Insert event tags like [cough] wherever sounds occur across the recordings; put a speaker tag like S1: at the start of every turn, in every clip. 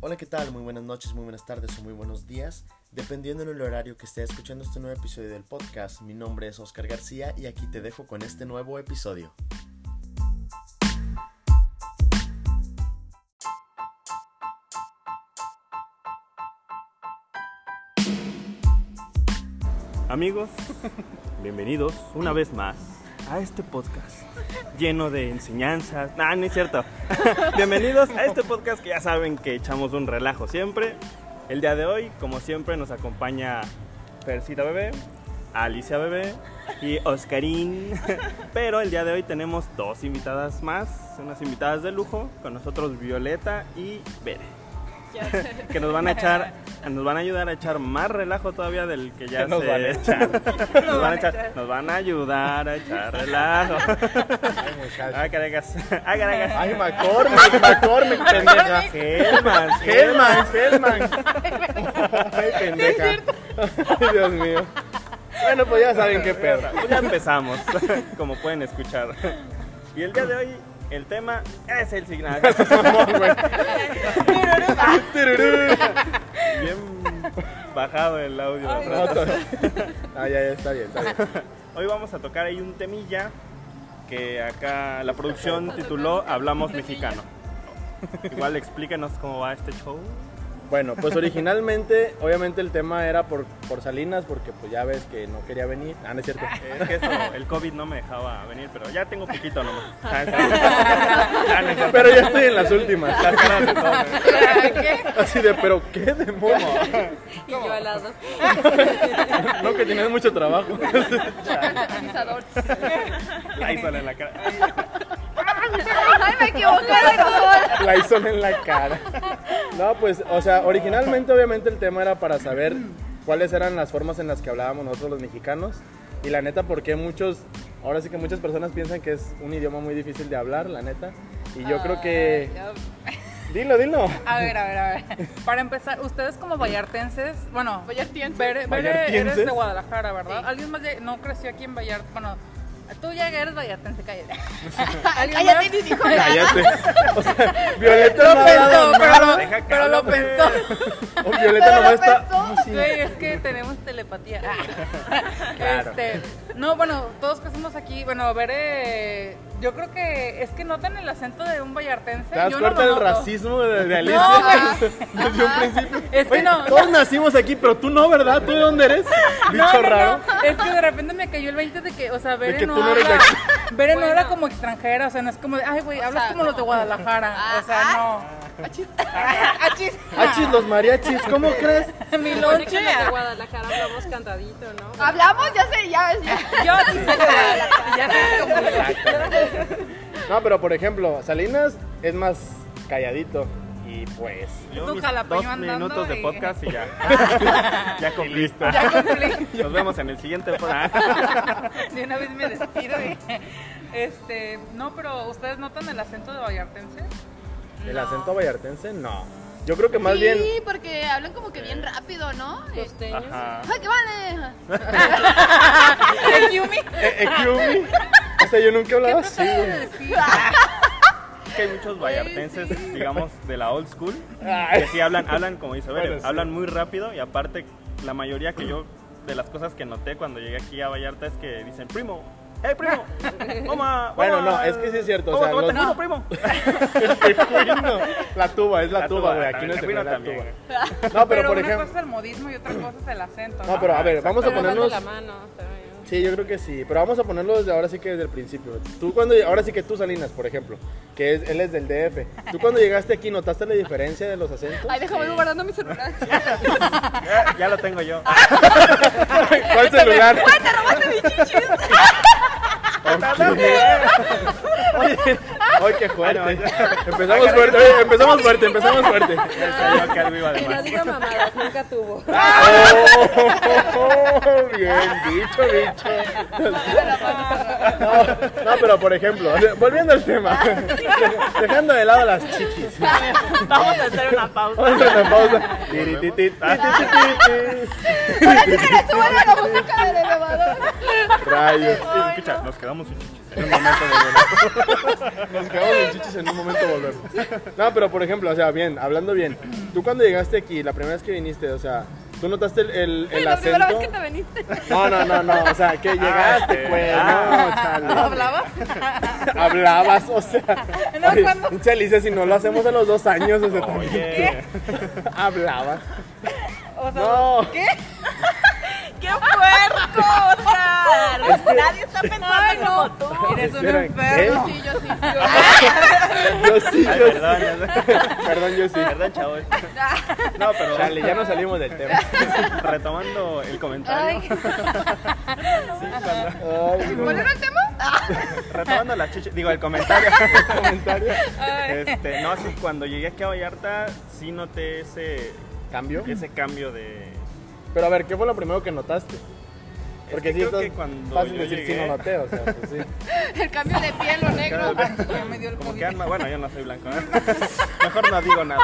S1: Hola, ¿qué tal? Muy buenas noches, muy buenas tardes o muy buenos días. Dependiendo del horario que esté escuchando este nuevo episodio del podcast, mi nombre es Oscar García y aquí te dejo con este nuevo episodio.
S2: Amigos, [laughs] bienvenidos una vez más a este podcast lleno de enseñanzas. Ah, no es cierto. [laughs] bienvenidos a este podcast que ya saben que echamos un relajo siempre. El día de hoy, como siempre, nos acompaña Percita Bebé, Alicia Bebé y Oscarín. [laughs] Pero el día de hoy tenemos dos invitadas más, unas invitadas de lujo, con nosotros Violeta y Bere [laughs] que nos van a echar, nos van a ayudar a echar más relajo todavía del que ya
S3: Que nos
S2: se
S3: van a
S2: echa. Nos van a echar, nos van a ayudar a echar relajo.
S3: Ay, muchacho.
S2: Ah, caracas, ah, caracas.
S3: Ay, McCormick, McCormick, pendeja.
S2: Helman,
S3: Hellman, Hellman. Ay, pendeja. Ay, Dios mío. Bueno, pues ya saben qué perra.
S2: Pues ya empezamos, [laughs] como pueden escuchar. Y el día de hoy, el tema es el
S3: [laughs]
S2: signal.
S3: Tururú.
S2: Bien bajado el audio.
S4: Ay,
S2: ¿verdad?
S3: Otro. Ah, ya, ya, está bien, está bien.
S2: Hoy vamos a tocar ahí un temilla que acá la producción tituló Hablamos Mexicano. Igual explíquenos cómo va este show.
S3: Bueno, pues originalmente, obviamente el tema era por, por Salinas, porque pues ya ves que no quería venir. Ah, no es cierto.
S2: Es que eso, el COVID no me dejaba venir, pero ya tengo poquito nomás. Ah, es cierto. Ya Ah, no es cierto.
S3: Pero ya estoy en las últimas.
S2: Las caras de todo. ¿eh?
S4: ¿Qué?
S3: Así de, pero qué demonio.
S4: Y yo al lado.
S3: No, que tienes mucho trabajo.
S4: Pisador.
S2: La hizo en la cara.
S4: Ay, me equivoqué de color.
S3: La hizo en la cara. No, pues, o sea, originalmente obviamente el tema era para saber cuáles eran las formas en las que hablábamos nosotros los mexicanos. Y la neta, porque muchos, ahora sí que muchas personas piensan que es un idioma muy difícil de hablar, la neta. Y yo creo que... Dilo, dilo.
S5: A ver, a ver, a ver. Para empezar, ustedes como vallartenses, bueno,
S4: Vallartiense.
S5: Bere, Bere,
S3: Vallartienses.
S5: eres de Guadalajara, ¿verdad?
S4: Sí.
S5: Alguien más de- no creció aquí en Vallarta, bueno, tú ya eres vallartense,
S4: [laughs]
S5: cállate. ¿Alguien
S4: Cállate
S5: más?
S4: ni dijo
S3: Cállate. O sea, Violeta no ha dado
S5: Pensó, pero,
S3: nada.
S2: Deja que
S5: pero lo
S2: hable.
S5: pensó.
S3: O Oh, Violeta nomás está...
S4: pensó.
S3: Sí, sí.
S5: Güey, es que tenemos
S4: [laughs]
S5: telepatía.
S3: Claro.
S5: Este, no, bueno, todos que somos aquí, bueno, Bere, yo creo que es que notan el acento de un vallartense.
S3: ¿Te das
S5: yo no
S3: cuenta
S5: lo
S3: del
S5: noto.
S3: racismo de, de Alicia? [laughs]
S5: No, güey.
S3: Desde un principio.
S5: Es que
S3: Oye,
S5: no,
S3: Todos nacimos aquí, pero tú no, ¿verdad? ¿Tú de dónde eres? Bicho
S5: [laughs] No, no, no.
S3: raro.
S5: Es que de repente me cayó el 20 de que, o sea,
S3: que
S5: Bere no
S3: tú no eres de
S5: habla.
S3: aquí.
S5: Bere no habla
S4: Bueno.
S5: como extranjera, o sea, Ah, no es como de, ay, güey, hablas
S4: sea,
S5: como los de Guadalajara. O sea, no.
S4: Ah,
S5: Achis.
S3: Achis, los mariachis, ¿cómo crees?
S5: Mi lonche.
S6: Guadalajara hablamos cantadito, ¿no?
S4: Hablamos, ya sé, ya ves.
S5: Yo sí sé. Ya sé cómo le va.
S3: No, pero por ejemplo, Salinas es más calladito. Y pues.
S2: Yo
S5: Tu
S2: mis
S5: jalapeño
S2: dos
S5: andando
S2: minutos de
S5: y-
S2: podcast y ya.
S5: [laughs]
S2: Ya cumplí.
S5: Ya cumplí.
S2: Nos vemos en el siguiente podcast.
S5: De una vez me despido. y- [laughs] Este, no, pero ¿ustedes notan el acento de vallartense?
S3: ¿El acento vallartense? No. Yo creo que más
S4: sí,
S3: bien.
S4: porque hablan como que bien rápido, ¿no? Eh,
S2: Ajá.
S4: ¡Ay, qué vale!
S5: ¿El Yumi?
S3: Eh, excuse me. O sea, yo nunca hablaba así. güey.
S2: que hay muchos vallartenses, digamos, de la old school,
S3: Ay.
S2: que sí hablan, hablan como dice Bere,
S3: Bueno, sí.
S2: hablan muy rápido y aparte la mayoría que yo, de las cosas que noté cuando llegué aquí a Vallarta es que dicen, primo, hey
S3: [laughs]
S2: primo, toma,
S3: Bueno,
S2: toma,
S3: no, es que sí es cierto, o
S2: toma,
S3: sea,
S2: toma, te
S3: los-
S2: juro, primo.
S3: El tecuino. La tuba, es [laughs] la,
S2: La tuba,
S3: tuba, güey. Aquí
S2: también,
S3: no se
S2: tecuino
S3: juega la
S2: también.
S3: tuba. No, pero,
S5: Pero
S3: por
S5: una
S3: ejemplo.
S5: cosa es el modismo y otra cosa es el acento. ¿no?
S3: No, pero a ver, vamos a
S2: Pero
S6: Pero
S3: ponernos.
S6: la mano también.
S3: Sí, yo creo que sí, pero vamos a ponerlo desde ahora sí que desde el principio. Tú cuando ahora sí que tú Salinas, por ejemplo, que es- él es del DF. Tú cuando llegaste aquí notaste la diferencia de los acentos?
S4: Ay, déjame ir guardando mi celular.
S2: eh. Ya, ya lo tengo yo.
S3: Ah, ¿Cuál celular?
S2: [laughs]
S3: Oye, ay, qué fuerte.
S2: Bueno,
S3: empezamos fuerte, oye, empezamos fuerte, empezamos fuerte.
S2: Pensé yo que algo iba de
S6: Que no
S2: mal.
S6: diga mamadas,
S3: [laughs]
S6: nunca tuvo.
S3: Oh, [laughs] bien dicho, dicho. No, no, pero por ejemplo, o sea, volviendo al tema, dejando de lado las chiquis.
S2: Vamos a hacer una pausa.
S3: Vamos a una pausa. Tiri, ti, ti, ti, ti, ti, ti.
S4: Ahora sí que le suban a la música del elevador.
S3: Rayos.
S2: Escucha, nos quedamos sin chichis.
S3: Nos quedamos en chichis en un momento volver. No, pero por ejemplo, o sea, bien, hablando bien. Tú cuando llegaste aquí, la primera vez que viniste, o sea, ¿tú notaste el, el, el
S4: La primera
S3: acento?
S4: vez que te veniste.
S3: No, no, no, no. O sea, que llegaste,
S2: Ah,
S3: güey.
S2: ah.
S3: No, chale.
S5: ¿Hablabas?
S3: [laughs] Hablabas, o sea.
S5: [laughs] No,
S3: oye,
S5: cuando-
S3: pinche Alicia, si no lo hacemos a los dos años, o sea, también
S2: Oye,
S3: tú hablabas.
S5: O sea,
S3: No.
S5: ¿Qué?
S4: ¡Qué puerco! O [laughs] sea, nadie está
S5: Ay,
S4: pensando
S5: no.
S4: como tú.
S5: Eres un
S3: Espera,
S5: enfermo.
S4: Sí, yo sí.
S3: Yo sí,
S2: ay,
S3: yo sí.
S2: perdón,
S3: Perdón, yo sí.
S2: perdón, chavos.
S3: No, pero dale, ya no salimos del tema.
S2: Retomando el comentario,
S4: Ay,
S3: Ay,
S5: ¿Cuál era el tema?
S2: retomando la chicha, digo [laughs] el comentario.
S3: comentario.
S2: Este, no, sí, cuando llegué aquí a Vallarta, sí noté ese,
S3: ¿Cambio?
S2: ese cambio de.
S3: Pero a ver, ¿qué fue lo primero que notaste? Porque
S2: Es
S3: sí
S2: que creo
S3: está
S2: que cuando
S3: fácil
S2: yo
S3: decir si no
S2: llegué-
S3: noté, o sea, pues sí.
S5: El cambio de piel o negro. Ya me dio el
S2: Como
S5: COVID.
S2: que arma, bueno, yo no [laughs] soy blanco. ¿no? Mejor no digo nada.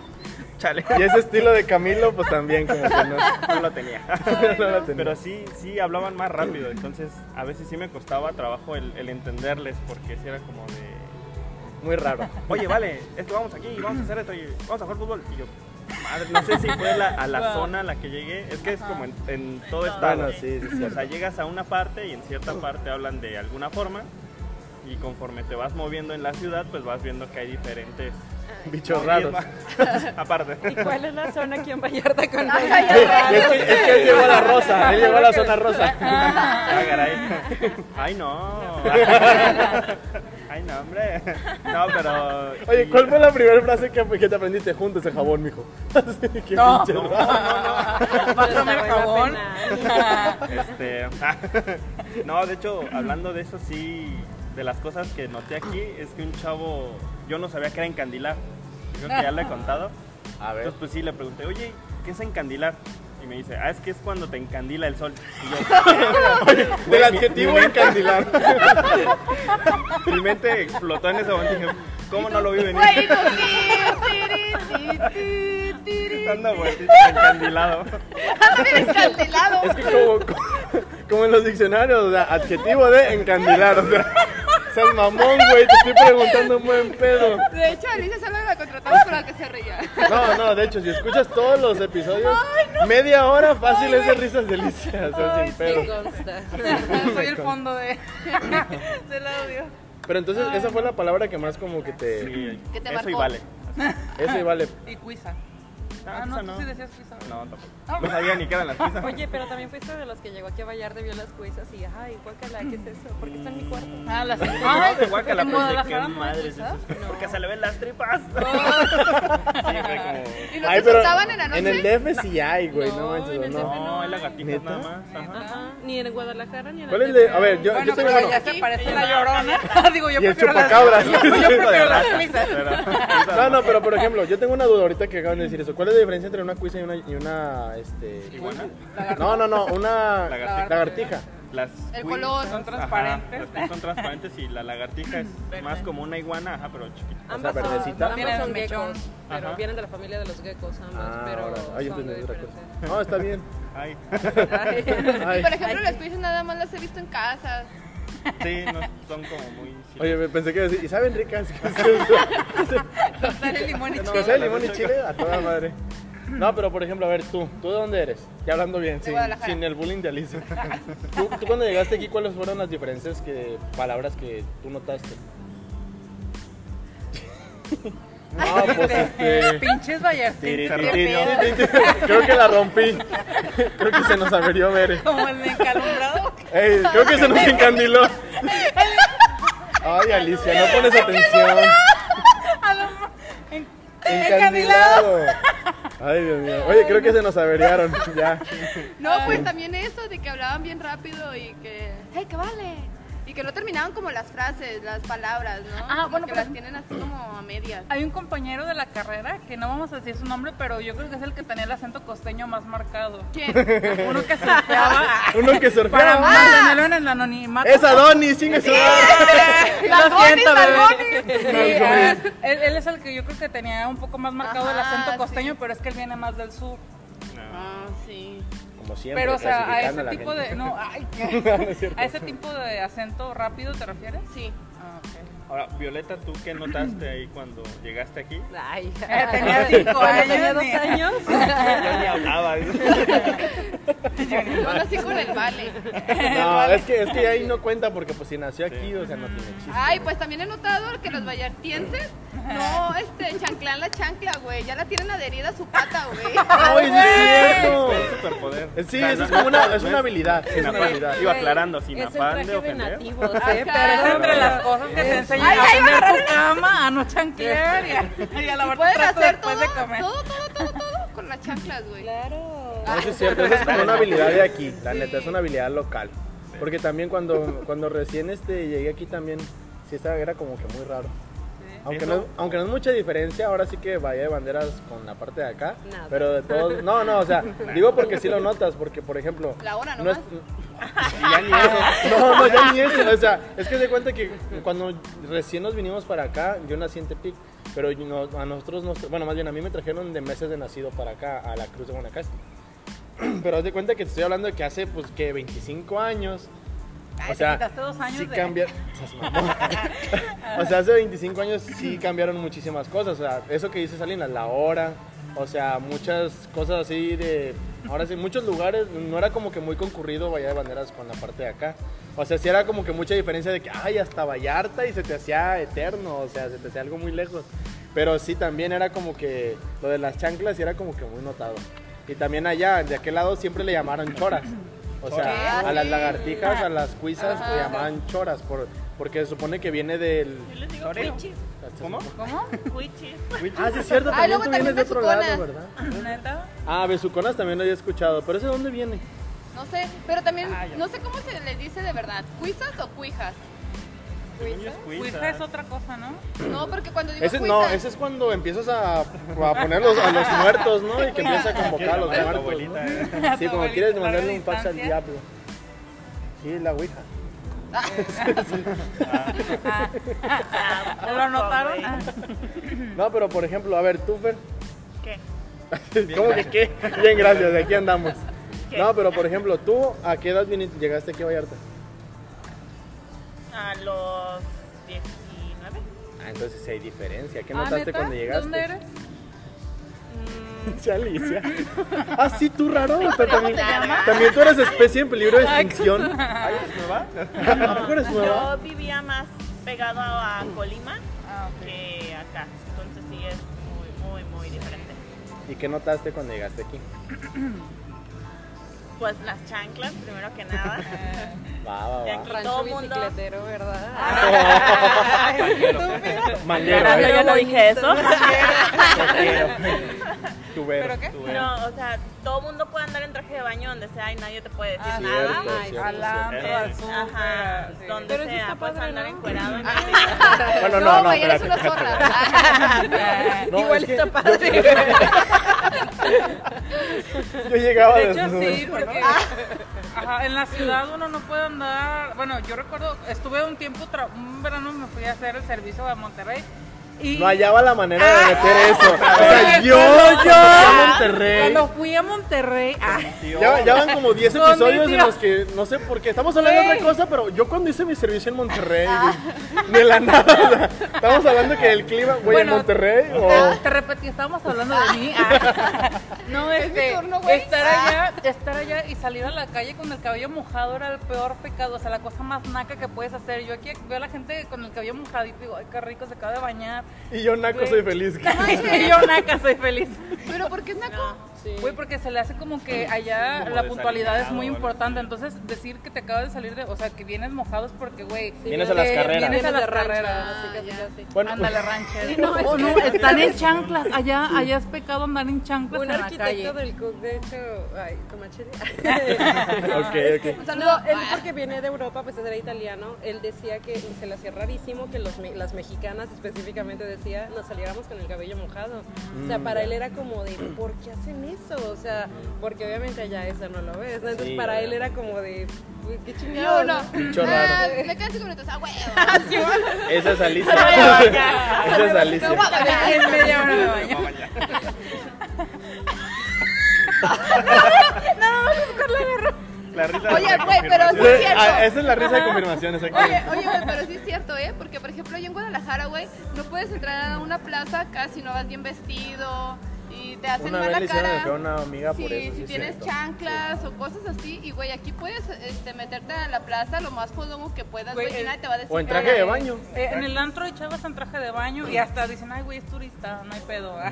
S5: [laughs]
S2: Chale,
S3: [laughs] Y ese estilo de Camilo, pues también como que [laughs] no,
S2: no lo tenía.
S3: no lo tenía.
S2: Pero sí, sí hablaban más rápido, entonces a veces sí me costaba trabajo el, el entenderles porque sí era como de,
S3: Muy raro.
S2: oye, vale, es que vamos aquí, vamos a hacer esto y vamos a jugar fútbol. Y yo, madre, no sé si fue la- a la zona a la que llegué, es que es como en, en todo estado.
S3: Bueno, sí, sí, sí.
S2: O sea, llegas a una parte y en cierta parte hablan de alguna forma y conforme te vas moviendo en la ciudad, pues vas viendo que hay diferentes...
S3: Bichos raros.
S2: [laughs] Aparte.
S6: ¿Y cuál es la zona aquí en Vallarta con
S3: Sí, y [laughs] es, que, es que él llegó a la rosa, él llegó a la zona rosa.
S2: Ah,
S3: [laughs]
S2: caray. Ay, no. Ay, no, hombre. No, pero.
S3: Oye,
S2: y-
S3: ¿cuál fue la primera frase que, que te aprendiste? Junta ese jabón, mijo. [laughs] Así que no,
S5: Pásame el jabón. [laughs]
S2: Este. [laughs] No, de hecho, hablando de eso, sí. De las cosas que noté aquí, es que un chavo. Yo no sabía que era encandilar. Creo que ya lo he contado.
S3: A ver.
S2: Entonces, pues sí, le pregunté, oye, ¿qué es encandilar? Y me dice, ah, es que es cuando te encandila el sol. Y
S3: [laughs]
S2: yo,
S3: Del adjetivo encandilar.
S2: mi mente explotó en ese momento. Dije, ¿cómo no lo vi venir?
S4: Güey, y tú, ti, ti, ti, ti, ti.
S2: Dando vueltitas encandilado.
S4: Anda [laughs] bien escantelado.
S3: Es que como, como en los diccionarios, o sea, adjetivo de encandilar, o sea. Seas mamón, güey, te estoy preguntando un buen pedo.
S4: De hecho, Alicia solo la contratamos para que se ría.
S3: No, no, de hecho, si escuchas todos los episodios, media hora fácil es de risas delicias, o sea, sin pedo.
S6: consta.
S5: Soy el fondo de, [laughs] del audio.
S3: Pero entonces, esa fue la palabra que más como que te...
S2: Sí,
S4: ¿Qué te
S2: eso
S4: marcó?
S2: y vale.
S3: Eso y vale.
S5: Y cuiza.
S2: No, Mm.
S5: Ah, no,
S2: quizá
S5: tú sí decías cuiza.
S2: No, tampoco. No sabía ni qué eran las pizzas.
S6: Oye, pero también fuiste de los que llegó aquí a Vallarta y vio las cuisas y, ay, guacala, ¿qué es eso? ¿Por qué está en mi cuarto?
S5: Ah, las
S2: No, de guacala,
S5: ¿en
S2: pues, ¿de
S5: Guadalajara
S2: qué
S5: no hay
S2: madre es
S5: cuiza?
S2: eso? Porque se le ven las tripas. Sí, fue como,
S4: ¿Y no te gustaban en la noche?
S3: el DF sí hay, güey, no,
S6: No,
S3: manches,
S6: en el
S3: no.
S6: DF
S2: No, hay lagartijas
S3: ¿Neta?
S2: nada más. ajá.
S6: Ajá, ni en Guadalajara ni en
S3: ¿Cuál es
S6: el
S3: el de...? A ver, yo,
S5: Bueno,
S3: yo tengo...
S5: pero
S3: Bueno,
S5: ya se parece la llorona. Ah, Digo, yo
S3: Y el
S5: prefiero las-
S3: chupacabras.
S5: [laughs] Yo prefiero las cuisas.
S2: Pero,
S3: no, no, pero por ejemplo, yo tengo una duda ahorita que acaban de decir eso. ¿Cuál es la diferencia entre una cuiza y una... Y una este...
S2: ¿Iguana?
S3: No, no, no, una
S2: Lagartija.
S3: lagartija.
S2: Las
S4: El
S2: queens,
S4: color.
S5: Son
S2: ajá,
S5: transparentes.
S2: las queens son transparentes y la lagartija es más como una iguana, ajá, pero chiquita.
S6: Ambas,
S3: O sea,
S6: son,
S3: verdecita.
S6: ambas son
S5: Tienen
S6: geckos,
S5: mechón.
S6: pero
S2: Ajá.
S6: vienen de la familia de los geckos ambas,
S3: Ah,
S6: pero
S3: ahora. Ah, yo
S6: son
S3: entendí
S6: muy
S3: otra
S6: diferentes.
S3: cosa. No, está bien.
S2: Ay.
S6: Ay.
S3: [laughs] Ay.
S4: Por ejemplo, las cuisas nada más las he visto en casa.
S2: Sí, no, son como muy...
S3: Oye, me pensé que iba a decir, ¿y saben ricas? ¿Qué es eso?
S5: Dale limón y
S3: [laughs] Que
S5: chile.
S3: sea limón y chile a toda madre. No, pero por ejemplo, a ver, tú, ¿tú de dónde eres? Ya hablando bien, sin,
S5: Guadalajara.
S3: sin el bullying de Alicia. ¿Tú, tú cuando llegaste aquí, ¿cuáles fueron las diferencias que, palabras que tú notaste? No, pues este...
S5: Pinches vallartinos.
S2: Tiri,
S5: qué
S2: tiri,
S5: pedo.
S3: Creo que la rompí. Creo que se nos averió ver.
S5: Como el de encalumbrado.
S3: Ey, creo que se nos encandiló. Ay, Alicia, no pones atención.
S5: En- Encandilado.
S3: Encandilado. Ay, Dios mío. Oye, creo que se nos averiaron. Ya.
S4: No, pues también eso de que hablaban bien rápido y que, hey, que vale. Y que no terminaban como las frases, las palabras, ¿no?
S5: Ah,
S4: Como
S5: bueno,
S4: que
S5: pero-
S4: las tienen así como a [laughs] medias.
S5: Hay un compañero de la carrera que no vamos a decir su nombre, pero yo creo que es el que tenía el acento costeño más marcado.
S4: ¿Quién?
S5: Uno que surfeaba
S4: [laughs]
S3: Uno que
S4: ah.
S5: para
S3: surfea.
S5: mantenerlo en el anonimato.
S3: Es Adonis, chingue su madre.
S5: Lo siento,
S4: ¡Balcones,
S5: Sí, ah, él, él es el que yo creo que tenía un poco más marcado el
S4: Ajá,
S5: acento costeño,
S4: sí.
S5: pero es que él viene más del sur.
S4: Ah, sí.
S2: Como
S3: como siempre.
S5: Pero, o sea, a
S3: clasificando
S5: ese
S3: la
S5: tipo
S3: gente.
S5: de. No, ay,
S3: No es cierto.
S5: ¿A ese tipo de acento rápido te refieres?
S4: Sí.
S5: Ah, ok.
S2: Ahora, Violeta, ¿tú qué notaste ahí cuando llegaste
S3: [laughs]
S2: aquí?
S6: Ay,
S4: Eh,
S6: [laughs]
S5: tenía cinco
S6: cuando
S5: años,
S6: tenía
S5: ni-
S6: dos
S4: [laughs]
S2: Yo ni
S6: años.
S2: hablaba.
S4: Yo nací con el vale.
S3: [laughs] No, es que, es que ahí no cuenta porque pues si nació aquí, o sea, no tiene chiste.
S5: Ah.
S4: Ay, pues también he notado que los vallartienses no este, chanclan la chancla, güey. Ya la tienen adherida a su pata,
S5: [laughs]
S4: güey.
S3: [laughs] ¡Ay, sí es cierto! Eh,
S2: Es un superpoder.
S3: Sí, eso es como una, es una habilidad, es
S2: Sin
S3: una
S2: afán.
S3: habilidad.
S2: Iba aclarando, sin
S6: Es el
S2: afán de
S6: traje de
S2: ofender. [laughs]
S6: nativos,
S4: Ajá.
S6: ¿eh?
S5: Pero es
S6: Pero
S5: entre las cosas que te enseñan a tender tu cama, a no chanquear y a, y a
S4: Y
S5: lavar
S4: puedes
S5: tu plato
S4: hacer
S5: después
S4: todo,
S5: de comer.
S4: todo, todo, todo, todo con las chanclas, güey.
S6: Claro.
S3: No, sí es cierto, eso es como una habilidad de aquí, la neta, es una habilidad local. Porque también cuando, cuando recién este, llegué aquí también, sí estaba, era como que muy raro. Aunque no, aunque no es mucha diferencia, ahora sí que Bahía de Banderas con la parte de acá.
S6: Nada.
S3: Pero de todos, no, no, o sea, digo porque sí lo notas, porque por ejemplo...
S4: La hora
S3: no es-
S4: nomás.
S3: [laughs]
S2: Ya ni eso.
S3: No, no, ya ni eso. O sea, es que se cuenta que cuando recién nos vinimos para acá, yo nací en Tepic, pero no- a nosotros, nos, bueno, más bien a mí me trajeron de meses de nacido para acá, a la Cruz de Guanacaste. [clears throat] Pero haz de cuenta que te estoy hablando de que hace, pues, que 25 años.
S5: Ay, te quitaste dos años
S3: sí
S5: de- [laughs]
S3: cambiaron. o sea, hace 25 años sí cambiaron muchísimas cosas. O sea, eso que dice Salinas, la hora. O sea, muchas cosas así de. Ahora sí, muchos lugares. No era como que muy concurrido Bahía de Banderas con la parte de acá. O sea, sí era como que mucha diferencia de que, ay, hasta Vallarta y se te hacía eterno. O sea, se te hacía algo muy lejos. Pero sí también era como que. Lo de las chanclas sí era como que muy notado. Y también allá, de aquel lado, siempre le llamaron choras. O sea,
S4: ¿Qué?
S3: a las
S4: Sí.
S3: lagartijas, a las cuisas le llamaban choras, por, porque se supone que viene del...
S6: Yo les digo cuichis.
S2: ¿Cómo?
S5: ¿Cómo?
S6: Cuichis.
S3: Ah, sí es cierto,
S4: Ah,
S3: también
S4: luego
S3: tú
S4: también
S3: vienes de otro lado,
S4: besuconas.
S3: ¿verdad?
S5: ¿Neta?
S3: Ah, besuconas también lo había escuchado, pero ¿ese de dónde viene?
S4: No sé, pero también,
S5: Ah,
S4: no sé cómo se les dice de verdad. ¿Cuisas o cuijas?
S2: Según yo es
S5: Cuiza
S2: cuiza.
S5: es otra cosa, ¿no?
S4: No, porque cuando digo
S3: Ese,
S4: cuisas...
S3: no, ese es cuando empiezas a, a poner los- a los muertos, ¿no? Y que empiezas a convocar a los
S2: Llamar a tu
S3: muertos,
S2: abuelita,
S3: ¿no?
S2: eh.
S4: [laughs]
S5: A
S3: Sí,
S5: tu
S3: como
S5: abuelita,
S3: quieres
S5: larga
S3: mandarle un fax al
S5: distancia.
S3: diablo. Sí, la ouija.
S5: ¿Lo notaron? Ah,
S3: No, pero por ejemplo, a ver, tú, Fer. [laughs]
S5: ¿Qué?
S3: ¿Cómo que qué? Bien, gracias, de aquí andamos. No, pero por ejemplo, tú, ¿a qué edad viniste- llegaste aquí a Vallarta?
S7: A los 19.
S3: Ah, entonces sí hay diferencia. ¿Qué
S5: Ah,
S3: notaste
S5: ¿neta?
S3: cuando llegaste?
S5: ¿Dónde eres?
S7: Mm.
S3: [laughs] Sí, Alicia. Ah, sí, tú raro. o sea, también, también tú eres especie en peligro de extinción.
S7: [laughs]
S3: ¿Ah,
S2: Ay, ¿es nueva?
S3: ¿A [laughs] poco eres nueva?
S7: Yo vivía más pegado a Colima
S5: Ah, ok.
S7: que acá. Entonces sí es muy, muy, muy diferente.
S3: ¿Y qué notaste cuando llegaste aquí?
S7: Pues las chanclas, primero que nada.
S3: Va, va,
S7: De
S3: va.
S7: aquí todo
S6: Rancho
S7: el mundo.
S6: bicicletero, ¿verdad?
S3: Manguero,
S7: Yo
S3: ¿eh?
S7: no dije eso.
S3: [laughs] Tubero.
S5: ¿Pero qué?
S7: No, o sea, todo mundo puede andar en traje de baño donde sea y nadie te puede decir
S6: Ah,
S7: nada.
S3: Cierto,
S6: Ay,
S3: cierto,
S5: Alambre,
S2: sí.
S3: cierto.
S5: al sur,
S7: Ajá,
S5: sí.
S7: donde
S6: Pero eso
S7: sea,
S6: está
S7: puedes
S6: padre,
S7: andar
S6: ¿no? [laughs] Ah,
S7: encuerado. y
S5: Ah.
S3: Bueno, no, no,
S4: güey, eres
S3: espérate.
S4: una zorra. [laughs] Ah,
S3: No,
S6: Igual
S3: es que
S6: está padre.
S3: Yo llegaba
S5: De hecho,
S3: desnudo.
S5: sí, porque Ah. ajá, en la ciudad uno no puede andar. Bueno, yo recuerdo, estuve un tiempo, tra- un verano me fui a hacer el servicio a Monterrey. Y
S3: No hallaba la manera de meter eso. O sea,
S5: Oye,
S3: yo,
S5: cuando-
S3: yo. a Monterrey.
S5: Cuando fui a Monterrey, ah,
S3: Ya, ya van como [laughs] 10
S5: Con mi
S3: episodios en
S5: tío.
S3: los que no sé por qué. Estamos hablando de
S5: Ey.
S3: otra cosa, pero yo cuando hice mi servicio en Monterrey, güey, de la nada. o sea, estamos hablando que el clima, güey,
S5: Bueno,
S3: en Monterrey o.
S4: Ah,
S5: te repetí, estábamos hablando de
S4: [laughs]
S5: mí. ah. No,
S4: Es
S5: este,
S4: mi turno, güey. Ah.
S5: estar allá, estar allá y salir a la calle con el cabello mojado era el peor pecado, o sea, la cosa más naca que puedes hacer. Yo aquí veo a la gente con el cabello mojadito y digo, ay, qué rico, se acaba de
S4: [laughs]
S5: bañar.
S3: Y yo, Naco,
S5: Güey.
S3: soy feliz.
S5: [laughs] Y yo naca, soy feliz.
S4: pero ¿por qué es naco?
S5: Güey, porque se le hace como que allá
S2: Como
S5: la puntualidad es
S2: desalineado,
S5: muy
S2: algo
S5: importante. Entonces, decir que te acabas de salir de. O sea, que vienes mojado es porque, güey.
S3: Vienes
S5: te-
S3: a las carreras.
S5: Vienes a las
S6: de rancho,
S5: carreras.
S6: así que así, así.
S3: Bueno, pues,
S5: Ándale, ranchero.
S6: no, es
S5: Oh,
S6: que-
S5: no, están en chanclas. Allá, allá es pecado andar en chanclas
S6: Un
S5: en la
S6: arquitecto
S5: calle.
S6: del Cook, de hecho, ay, con machete.
S3: [laughs] ok, ok.
S4: Un saludo.
S6: [laughs] No, él porque viene de Europa, pues era italiano. Él decía que se le hacía rarísimo que los, me- las mexicanas específicamente decía nos saliéramos con el cabello mojado. O
S2: Mm,
S6: sea, para él era como de, ¿por qué hacen eso? O sea, porque obviamente allá eso no lo ves. ¿no? Entonces
S3: Sí,
S6: para él
S3: obviamente.
S6: era como de, "Uy, qué
S4: No,
S6: chingado.
S4: no.
S3: Pincho
S4: Ah,
S3: raro.
S4: me quedan cinco minutos. Ah, huevo.
S3: Esa es Alicia. Esa es Alicia.
S4: No, guau, ya.
S6: [laughs]
S5: En media hora me
S4: [laughs]
S5: baño.
S3: La risa
S4: Oye,
S3: de
S4: güey, pero sí
S3: confirmación.
S4: es cierto.
S3: Ah, Esa es la risa de confirmación,
S4: Oye,
S3: exactamente.
S4: oye, güey, pero sí es cierto, ¿eh? Porque, por ejemplo, yo en Guadalajara, güey, no puedes entrar a una plaza acá si no vas bien vestido y te hacen
S3: Una vez
S4: mala
S3: le hicieron el
S4: cara.
S3: feo a una amiga
S4: Sí,
S3: por eso, sí
S4: si
S3: es
S4: tienes
S3: cierto.
S4: chanclas o cosas así, y güey, aquí puedes este, meterte a la plaza lo más podongo que puedas,
S5: Güey,
S4: güey, y
S5: eh,
S4: nadie te va a decir
S3: O en
S4: nada,
S3: traje de
S4: güey.
S3: baño.
S5: Eh, en el antro de chavas en traje de baño y hasta dicen, ay, güey, es turista, no hay pedo. [laughs]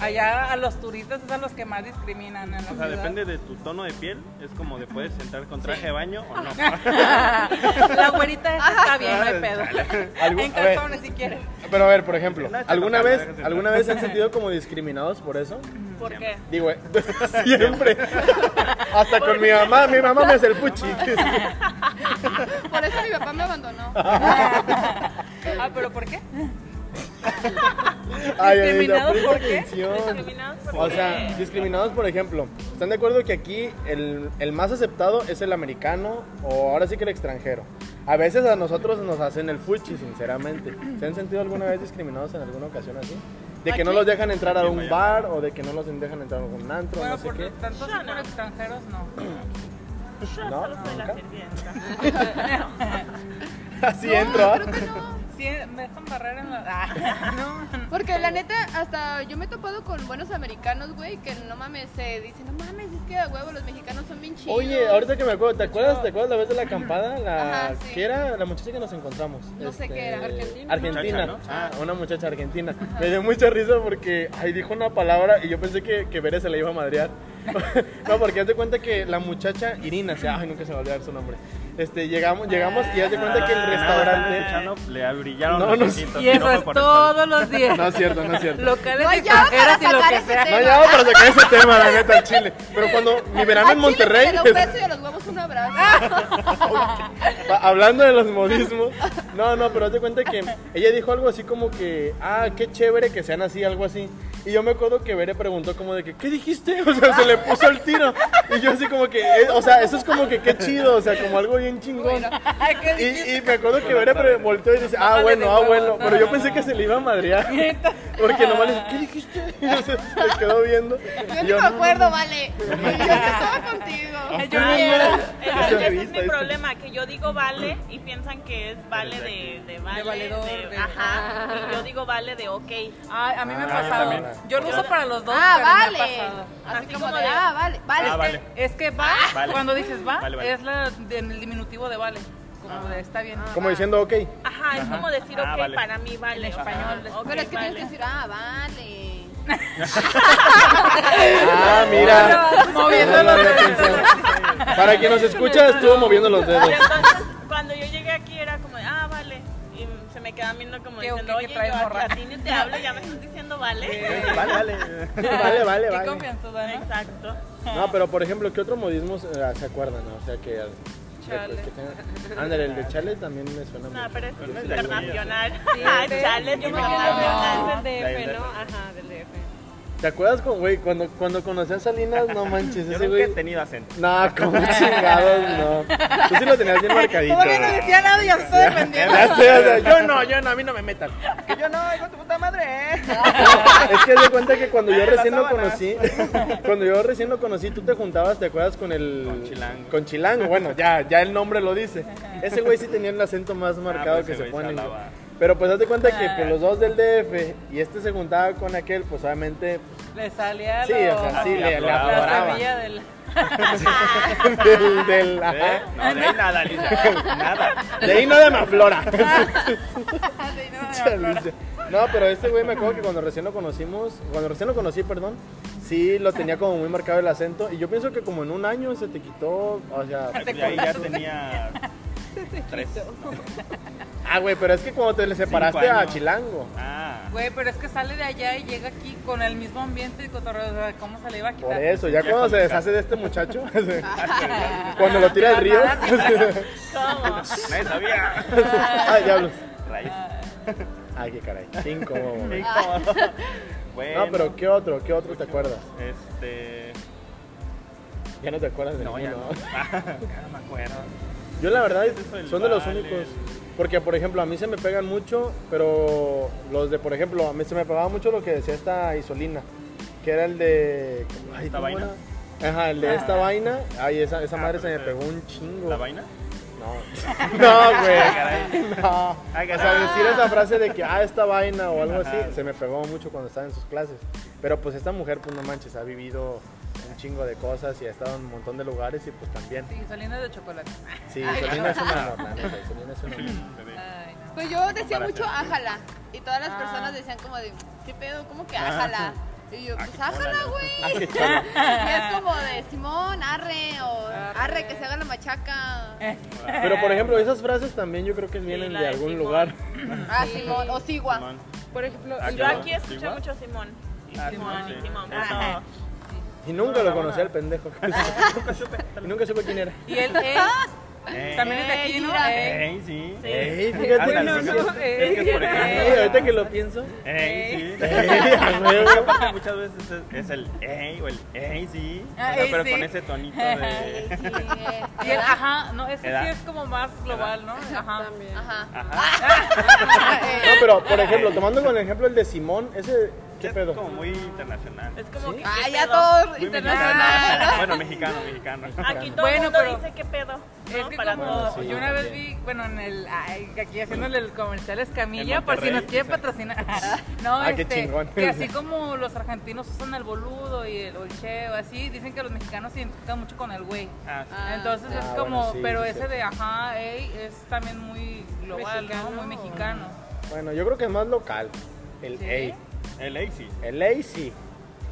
S5: Allá a los turistas es a los que más discriminan en la
S2: O sea,
S5: ciudad.
S2: depende de tu tono de piel, es como de puedes entrar con traje de baño o no.
S4: [laughs]
S5: La güerita esa está bien, no hay pedo.
S3: [laughs] Algún-
S5: en
S3: a ver.
S5: calzones si quieres.
S3: Pero a ver, por ejemplo,
S2: No, está
S3: ¿alguna
S2: tocando,
S3: vez,
S2: déjate entrar.
S3: ¿alguna vez se han sentido como discriminados por eso?
S7: ¿Por qué?
S3: Digo, [laughs] eh,
S4: [laughs]
S3: siempre. Hasta con mi mamá, mi mamá me hace el puchi.
S4: Por eso mi papá
S3: [laughs]
S4: me abandonó.
S5: Ah, pero ¿por qué?
S3: Ay, Anita,
S5: ¿Discriminados
S3: presta
S5: por qué?
S3: atención.
S7: Discriminados por
S3: O sea, discriminados, por ejemplo, ¿están de acuerdo que aquí el, el más aceptado es el americano o ahora sí que el extranjero? A veces a nosotros nos hacen el fuchi, sinceramente. ¿Se han sentido alguna vez discriminados en alguna ocasión así? De que no
S4: Aquí.
S3: los dejan entrar a un bar o de que no los dejan entrar a un antro,
S5: Bueno,
S3: no sé
S5: por
S3: qué.
S5: lo tanto, si
S7: Yo
S5: por
S7: no.
S5: extranjeros no.
S7: yo
S3: no,
S7: [laughs] solo soy la
S3: nunca.
S7: sirvienta.
S3: [laughs] Así
S4: No,
S3: entro. ¿ah?
S4: creo que no.
S5: Sí, me dejan barrer en la. [laughs] Ah, no, no.
S4: Porque la neta, hasta yo me he topado con buenos americanos, güey, que no mames, se dicen, no mames, es que a huevo los mexicanos son bien chidos.
S3: Oye, ahorita que me acuerdo, ¿te acuerdas, ¿te acuerdas la vez de la acampada? La,
S4: Ajá, sí.
S3: ¿Qué era la muchacha que nos encontramos?
S4: No sé qué era.
S3: Argentina.
S4: Argentina.
S3: Argentina.
S2: Muchacha,
S3: Ah, una muchacha argentina. Me dio mucha risa porque ay, dijo una palabra y yo pensé que, que Bere se la iba a madrear. [laughs] no, porque haz de cuenta que la muchacha Irina, o sea, ay, nunca se me va a olvidar su nombre. Este, llegamos, llegamos y haz
S2: Ah,
S3: de cuenta que el restaurante.
S2: Chano, le brillaron
S3: No,
S2: los
S3: no.
S2: ojitos,
S5: Y eso
S2: fue
S5: es
S2: por el sol.
S5: todos
S3: [laughs]
S5: los días.
S3: No es cierto, no es cierto.
S5: Locales
S4: No hay llave
S5: extranjeros y
S4: para
S5: lo
S4: sacar
S5: que
S4: ese
S5: sea.
S4: tema.
S3: No llegamos para sacar ese tema, la neta, al Chile. Pero cuando mi verano en
S4: Al chile
S3: Monterrey.
S4: Me da un beso y a los huevos un abrazo.
S3: Pa- Ah, Hablando de los modismos. No, no, pero hazte cuenta que ella dijo algo así como que, ah, qué chévere que sean así, algo así. Y yo me acuerdo que Bere preguntó como de que, ¿qué dijiste? [laughs] O sea, se le puso el tiro. Y yo así como que, eh, o sea, eso es como que qué chido, o sea, como algo bien chingón.
S5: Ay, qué
S3: Y, y me acuerdo que Bere pre- volteó y dice, ah, bueno, ah, bueno. Pero yo pensé que se le iba a madrear. Porque nomás le dije, ¿qué dijiste? [laughs] Y se le quedó viendo.
S4: [laughs] Yo
S3: Y
S4: no me
S3: no,
S4: acuerdo, vale. Yo no estaba contigo.
S5: Yo no
S7: Ese,
S3: Esa
S7: ese es
S3: revista,
S7: mi
S3: ese.
S7: problema, que yo digo vale y piensan que es vale de, de vale.
S5: valedor, de-
S7: ajá. Y yo digo vale de ok.
S5: Ay, a mí me ha pasado.
S3: Ah, también.
S5: Yo lo uso para los dos,
S4: Ah,
S5: pero me ha
S4: vale.
S5: pasado.
S4: Así como de, ah, vale. Vale.
S2: Ah, vale.
S5: Es que va,
S2: Vale.
S5: cuando dices va,
S2: Vale, vale.
S5: es la, de- en el diminutivo de vale. Como de está bien.
S3: Como diciendo, ok.
S7: Ajá, es como decir ok
S2: Ah, vale.
S7: para mí vale.
S5: En
S7: o sea,
S5: español.
S7: ok,
S4: Pero es que tienes
S7: vale.
S4: que decir, ah, vale.
S3: Ah, mira. No
S5: Moviendo
S3: lo
S5: los
S3: había
S5: dedos.
S3: pensado. Para quien nos escucha, estuvo moviendo los dedos.
S7: Pero entonces, cuando yo llegué aquí era como, de, ah, vale. Y se me quedaban viendo como
S5: ¿Qué,
S7: diciendo,
S5: o qué, qué
S7: oye,
S5: traes,
S7: yo a-
S5: morra?"
S7: a ti ni te hablo, ya me estás diciendo vale.
S3: Vale, vale. Vale, vale,
S5: Qué
S3: vale.
S5: confianzuda, ¿no?
S7: Exacto.
S3: No, pero por ejemplo, ¿qué otros modismos eh, se acuerdan? O sea, que. pues,
S5: Chale.
S3: que- que tengan- Ándale, el de chale también me suena
S7: No,
S3: mucho.
S7: pero es internacional. [laughs]
S6: Sí,
S7: Ah,
S6: de-
S7: Chales,
S6: yo me quedé
S3: Ah.
S7: internacional.
S6: en ah,
S2: Del
S6: el DF,
S2: DF.
S6: ¿no? Ajá, del DF.
S3: ¿Te acuerdas, con, güey, cuando, cuando conocí a Salinas? No [laughs] manches,
S2: Yo nunca
S3: ese
S2: he
S3: güey.
S2: tenido acento.
S3: No, como chingados, no. Tú sí lo tenías [laughs] bien marcadito.
S5: Todavía no
S3: güey.
S5: decía nada y ya se estoy defendiendo.
S3: Ya sé, o sea, yo no, yo no, a mí no me metan.
S5: Que yo no, hijo de tu puta madre.
S3: Es que haz de cuenta que cuando yo
S2: Las
S3: recién lo
S2: sábanas.
S3: conocí, cuando yo recién lo conocí, tú te juntabas, ¿te acuerdas con el.
S2: Con Chilango.
S3: Con Chilango, bueno, ya, ya el nombre lo dice. Ese güey sí tenía el acento más marcado
S2: pues
S3: que
S2: ese
S3: se
S2: güey se
S3: pone.
S2: hablaba.
S3: Pero pues date cuenta que pues, los dos del DF y este se juntaba con aquel, pues obviamente.
S5: Le salía
S3: Sí,
S5: lo-
S3: o sea, sí, le, le
S2: La
S5: la
S3: afloraba.
S5: semilla del...
S3: [laughs] del, del- ajá.
S2: ¿Eh? No, de ahí nada, Lisa. Nada.
S3: De ahí no de Maflora.
S5: Sí, no, no,
S3: Chale, ya. No, pero este güey me acuerdo que cuando recién lo conocimos, cuando recién lo conocí, perdón, sí lo tenía como muy marcado el acento y yo pienso que como en un año se te quitó, o sea,
S2: Pues ahí ya tenía tres.
S3: ah güey, pero es que cuando te le separaste
S2: Cinco
S3: a
S2: años.
S3: Chilango,
S5: [laughs]
S2: Ah.
S5: Güey, pero es que sale de allá y llega aquí con el mismo ambiente y cotorreo. o sea, ¿Cómo se le iba a quitar?
S3: por eso, ya
S2: Ya
S3: cuando se
S2: complicado.
S3: deshace de este muchacho, [laughs] cuando lo tira al
S2: [laughs]
S3: río,
S7: ¿Cómo?
S2: Nadie sabía.
S3: [laughs] ay diablos,
S2: Rayos.
S3: ay qué caray, cinco,
S2: Qué
S3: no,
S2: incómodo. Bueno,
S3: pero qué otro, qué otro te acuerdas,
S2: Este.
S3: ya no te acuerdas de
S2: No, ya [laughs]
S3: ninguno.
S2: no. Ah, Ya no me acuerdo.
S3: Yo la verdad
S2: Eso del
S3: son de los
S2: vale.
S3: únicos. Porque, por ejemplo, a mí se me pegan mucho, pero los de, por ejemplo, a mí se me pegaba mucho lo que decía esta Isolina, que era el de... ¿cómo-
S2: Esta
S3: ¿cómo
S2: vaina. Ah.
S3: era? Ajá, el de esta vaina. Ay, esa, esa madre se me
S2: pero-
S3: pegó un chingo.
S2: ¿La vaina? [laughs] Ah,
S3: No. [laughs] No, güey. No.
S2: Ay,
S3: O sea,
S2: caray.
S3: decir esa frase de que, ah, esta vaina o algo así, se me pegó mucho cuando estaba en sus clases. Pero pues esta mujer, pues no manches, ha vivido un chingo de cosas y ha estado en un montón de lugares y pues también.
S5: Sí, Salinas de chocolate.
S3: Sí, Solina es una amor, la neta, Solina es una amor.
S2: Ah,
S5: Ay, no.
S4: Pues yo decía mucho ájala. Y todas las personas decían como de, ¿qué pedo? ¿Cómo que ájala? Y yo, pues ájala, güey. [laughs] Y es como de Simón, arre, o arre que se haga la machaca.
S3: Pero por ejemplo, esas frases también yo creo que vienen
S7: la
S3: de
S7: de
S3: algún
S7: Simón.
S3: lugar.
S4: Ah, Simón, o Sigua.
S2: Simón.
S6: Por ejemplo,
S2: Ah,
S7: Yo
S2: claro.
S7: aquí escuché
S2: ¿Igual?
S7: mucho a Simón. Y
S2: Ah,
S7: Simón,
S2: Simón,
S7: y
S2: sí.
S7: Simón.
S2: Ah.
S7: puso-
S3: Y nunca lo conocí al pendejo.
S2: Nunca supe.
S3: Y nunca supe quién era.
S5: Y él, él también es de aquí, ¿no?
S4: mira.
S5: Él.
S2: Ey, sí.
S7: Sí.
S3: Ey, fíjate
S2: Ándale,
S3: que
S2: porque-
S3: sí.
S5: no, eh.
S2: es que por ejemplo-
S3: Ey, ahorita que lo pienso.
S5: [laughs]
S2: Ey, sí.
S3: Ey, a huevo.
S2: Aparte, muchas veces es, es el ey o el ey, sí.
S5: Ah,
S2: O sea,
S5: ey,
S2: pero
S5: sí.
S2: con ese tonito [laughs]
S4: Sí,
S5: [laughs]
S2: de.
S5: Y él,
S4: eh.
S5: ajá, no, ese
S2: Edad.
S5: sí es como más global, ¿no? Ajá.
S6: también.
S4: Ajá. [laughs]
S2: Ajá.
S3: No, pero por ejemplo, tomando con el ejemplo el de Simón, ese. ¿Qué
S2: es
S3: pedo?
S2: como muy internacional.
S7: Es como que.
S4: Ah,
S7: ¿qué
S4: ya
S7: pedo?
S4: todo
S2: Muy
S4: internacional.
S2: mexicano. Bueno, mexicano,
S5: [laughs]
S2: mexicano. Ah,
S7: Aquí todo
S5: Bueno,
S7: el mundo
S5: pero-
S7: dice qué pedo.
S5: Es
S7: ¿no?
S5: que
S7: Para
S5: como
S7: todo.
S5: yo una vez vi, bueno, en el, ay, aquí haciéndole el comercial Escamilla,
S2: En
S5: por si
S2: Monterrey,
S5: nos quiere
S2: sí.
S5: patrocinar. [laughs] No,
S3: Ah, qué
S5: este,
S3: chingón.
S5: que así como los argentinos usan el boludo y el olcheo, así, dicen que los mexicanos se identifican mucho con el güey.
S2: Ah, sí.
S4: Ah,
S5: Entonces es
S3: Ah,
S5: como,
S3: bueno, sí,
S5: pero
S3: sí,
S5: ese
S3: sí.
S5: de ajá, ey, es también muy global, ¿no? Muy mexicano.
S3: Bueno, yo creo que es más local. El
S5: ¿Sí?
S3: ey.
S2: El ey, sí.
S3: El lazy.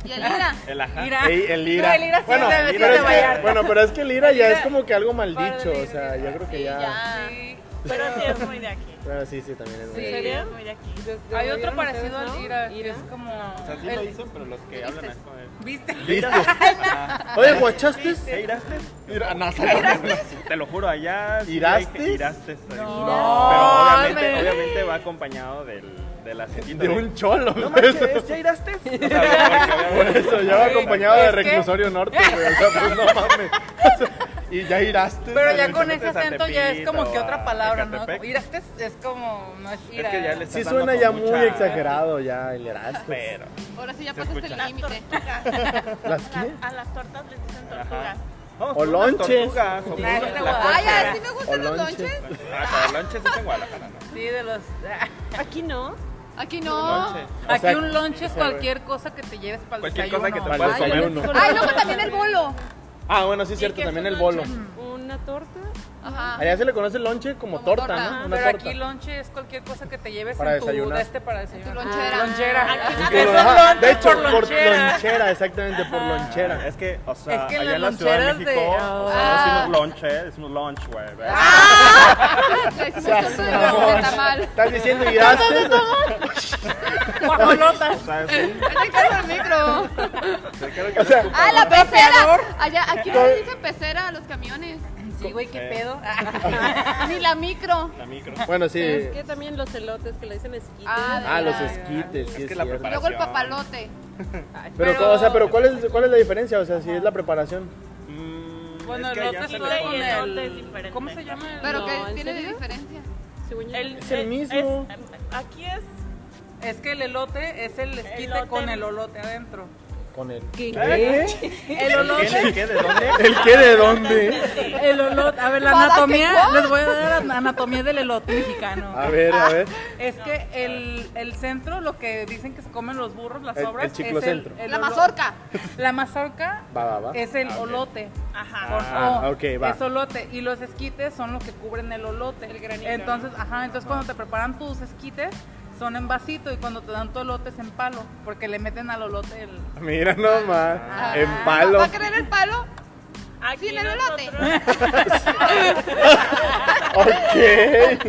S4: Y el Ira.
S2: El ajá.
S5: Mira.
S3: Ey, el
S5: No,
S3: ira.
S5: el ira sí
S3: bueno,
S5: es de
S3: pero
S5: vecinos de
S3: es que,
S5: Vallarta.
S3: bueno, pero es que el ira ya
S5: Ira.
S3: es como que algo mal
S5: Para
S3: dicho.
S5: el
S3: O sea,
S5: ira.
S3: yo creo que
S4: Sí,
S3: ya.
S4: ya.
S5: Sí.
S7: Pero sí es muy de
S5: [laughs]
S7: aquí.
S3: Bueno, sí, sí, también es
S5: Sí.
S7: Sí,
S3: muy
S7: es muy de aquí.
S6: ¿De- de
S5: Hay
S6: dónde
S5: otro
S6: vieron
S5: parecido
S6: ustedes,
S5: al
S6: no?
S5: ira, que
S6: Ira.
S5: es como...
S2: O sea, sí
S5: el-
S2: lo dicen, pero los que hablan es como el.
S5: ¿Viste?
S2: ¿Viste? Ajá.
S3: Oye, ¿guachaste?
S2: ¿Te iraste?
S3: Ira- no,
S2: [laughs] Te lo juro, allá. sí
S3: ¿Irastes?
S2: hay que- Iraste. sí.
S5: No,
S2: Pero obviamente,
S5: hombre.
S2: obviamente va acompañado del, del acentito.
S3: De un cholo.
S2: No
S3: güey.
S2: manches, ¿ya iraste? O sea, porque
S3: [laughs] Por
S2: obviamente-
S3: eso, ya va
S5: Güey,
S3: acompañado de
S5: es que-
S3: reclusorio norte, güey. O sea, pues no mames. [laughs] O sea, y ya iraste.
S5: Pero ya
S2: Muchas
S5: con ese
S2: veces a
S5: acento ya es como que
S2: Tepito, a
S5: otra palabra, ¿no?
S2: Ecatepec.
S5: Como Iraste es- es como, no es ira.
S2: que ya les-
S3: Sí
S2: Estás dando
S3: suena
S2: con
S3: ya
S2: mucha-
S3: muy exagerado ya el iraste.
S2: Pero.
S4: Ahora sí ya
S2: Se
S4: pasaste
S2: escucha.
S4: el límite.
S3: ¿Las qué?
S7: A las tortas les dicen tortugas.
S2: Vamos
S3: O
S2: por unas
S3: lonches.
S2: tortugas, o
S5: Sí.
S2: unas- la-
S5: Ay,
S4: Ay,
S5: torta.
S4: así me
S3: O
S4: gustan los
S3: lonches.
S4: lonches.
S2: Ah, pero lonches es en Guadalajara, ¿no?
S5: Sí, de los...
S6: [laughs] Aquí no.
S4: Aquí no.
S2: Lonche.
S5: Aquí
S3: sea,
S5: un lunch es
S3: o sea,
S5: cualquier cosa que te lleves para el
S2: Cualquier
S5: desayuno. Ah,
S2: cosa que te
S3: Para
S2: puedas
S3: el
S2: comer.
S3: desayuno.
S4: Ay, luego también el bolo.
S3: Ah, bueno, sí es cierto,
S7: qué es
S3: también
S7: un
S3: el bolo.
S6: Una torta.
S4: Ajá.
S3: Allá se le conoce el lonche como,
S4: Como
S3: torta, Ah,
S4: torta.
S3: ¿no?
S5: Pero
S3: Una torta.
S5: aquí lunch es cualquier cosa que te lleves
S3: Para
S5: en tu
S3: desayunar.
S5: de este para desayunar.
S4: Tu lonchera.
S5: Ah, lonchera.
S7: Aquí
S5: Eso
S7: nada
S5: es
S7: más.
S5: lunch
S3: de hecho, por
S5: lonchera.
S3: lonchera, Ah. exactamente, por lonchera.
S2: Es que, o sea,
S5: Es que
S2: allá en la
S5: las
S2: Ciudad de
S5: loncheras de- Ah.
S2: México, o sea, no decimos lunch, eh, decimos lunch, güey. ¿verdad?
S4: Le decimos
S3: Seas
S4: torta de
S3: mamón.
S4: de tamal.
S3: Estás diciendo iraste.
S2: O sea, es un-
S4: Vete caso el micro.
S2: creo que
S3: o sea,
S4: Ah, la pecera. Allá, aquí no se dice pecera a los camiones.
S5: Sí, güey, qué
S2: Eh.
S5: pedo.
S4: Ni la micro.
S2: la micro.
S3: bueno, sí.
S6: Ah, Es que también los elotes que le dicen esquites.
S4: Ah,
S3: Ah, los
S4: Ay,
S3: esquites, sí
S2: Es
S3: es
S2: que la
S3: cierto.
S2: preparación.
S4: Luego el papalote.
S3: Ah, Pero,
S5: Pero-
S3: o sea, pero ¿cuál es, ¿cuál es la diferencia? O sea, si es la preparación.
S2: Mm,
S5: Bueno,
S2: es que
S5: el
S2: allá
S5: elote
S2: se
S5: es
S2: le
S5: todo
S7: sale
S5: con
S7: el elote
S5: el...
S7: diferente.
S5: ¿Cómo se llama? el-
S4: Pero
S6: No,
S4: que
S6: ¿en
S4: tiene de
S6: serio?
S4: diferencia.
S6: según yo.
S7: El-
S3: Es el mismo.
S7: es- aquí es.
S5: Es que el elote es el esquite
S7: Elote.
S5: con el olote adentro.
S3: Con el.
S2: ¿Eh?
S5: El
S2: ¿Quién
S5: olote,
S2: es qué? ¿De dónde?
S3: ¿El qué de dónde?
S5: el olote. A ver, la
S4: ¿Para qué?
S5: anatomía,
S4: ¿Cuál?
S5: les voy a dar la anatomía del elote mexicano.
S3: A ver, a ver.
S5: Es que el, el centro, lo que dicen que se comen los burros, las
S3: El- el
S5: obras, es
S3: chiclocentro.
S4: La
S5: olo-
S4: mazorca.
S5: La mazorca
S3: Va, va, va.
S5: es el
S2: Ah, ok.
S5: olote.
S7: [laughs] Ajá.
S2: Ah,
S5: O-
S3: ok, va.
S5: Es olote. Y los esquites son los que cubren el olote.
S7: El granito,
S5: Entonces, ajá, entonces cuando te preparan tus esquites, son en vasito y cuando te dan tu olote es en palo, porque le meten al olote el... [laughs]
S3: Mira nomás. en palo.
S4: ¿Va a querer el palo?
S7: Aquí
S4: Sin el elote.
S7: nosotros-
S3: Ok.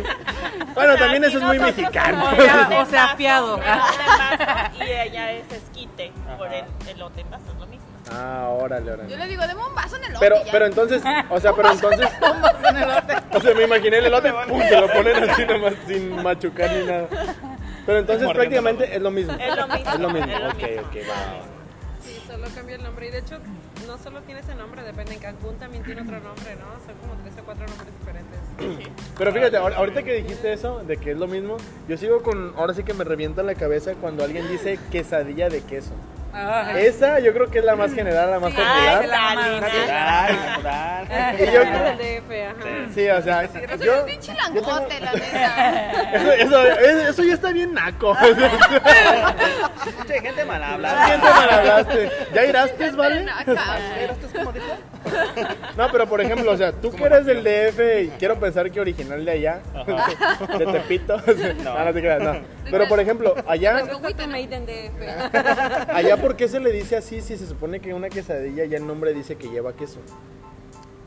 S3: Bueno, también eso es muy
S7: nosotros
S3: mexicano.
S7: somos
S5: O sea,
S7: de
S5: o sea,
S7: vaso,
S5: fiado.
S7: de vaso, Y ella es esquite por el elote en vaso, es lo mismo.
S3: Ah, órale,
S4: Yo
S3: órale.
S4: le digo, deme un vaso en el
S3: Pero,
S4: ya.
S3: pero entonces, o sea, pero entonces.
S5: en elote.
S3: O sea, me imaginé el elote, pum, se lo ponen así nomás sin machucar ni nada. Pero entonces
S2: Mordiendo
S3: prácticamente
S2: la
S3: es lo mismo.
S7: Es lo mismo,
S3: Es lo mismo.
S7: es lo
S3: Ok,
S7: mismo.
S3: ok, va.
S6: Sí, solo cambia el nombre. Y de hecho, no solo tiene ese nombre, depende. En Cancún también tiene otro nombre, ¿no? Son como tres o cuatro nombres diferentes.
S3: Pero fíjate, ahor- ahorita que dijiste eso, de que es lo mismo, yo sigo con, ahora sí que me revienta la cabeza cuando alguien dice quesadilla de queso.
S4: Ah,
S5: Ay.
S3: Esa yo creo que es la más general, la más
S5: Ah. Sí.
S3: popular.
S5: Ay, la
S3: Ah.
S2: Natural, natural.
S3: [laughs] Y yo
S6: Por
S3: creo-
S6: el DF, ajá.
S3: Sí, o sea,
S4: Pero soy
S3: yo-
S4: un pinche langote, la neta.
S3: eso, eso, eso ya está bien naco.
S2: Che, gente mal
S3: Bien
S2: habla.
S3: te malhablaste. ¿Ya iraste, vale?
S4: Naca.
S3: Ah. No, pero por ejemplo, o sea, tú que eres del DF y quiero pensar que original de allá, de Tepito. [laughs] No, no, te creas, no. Pero por ejemplo, allá,
S6: Pues we made in DF.
S3: [laughs] allá, ¿por qué se le dice así si se supone que una quesadilla ya el nombre dice que lleva queso?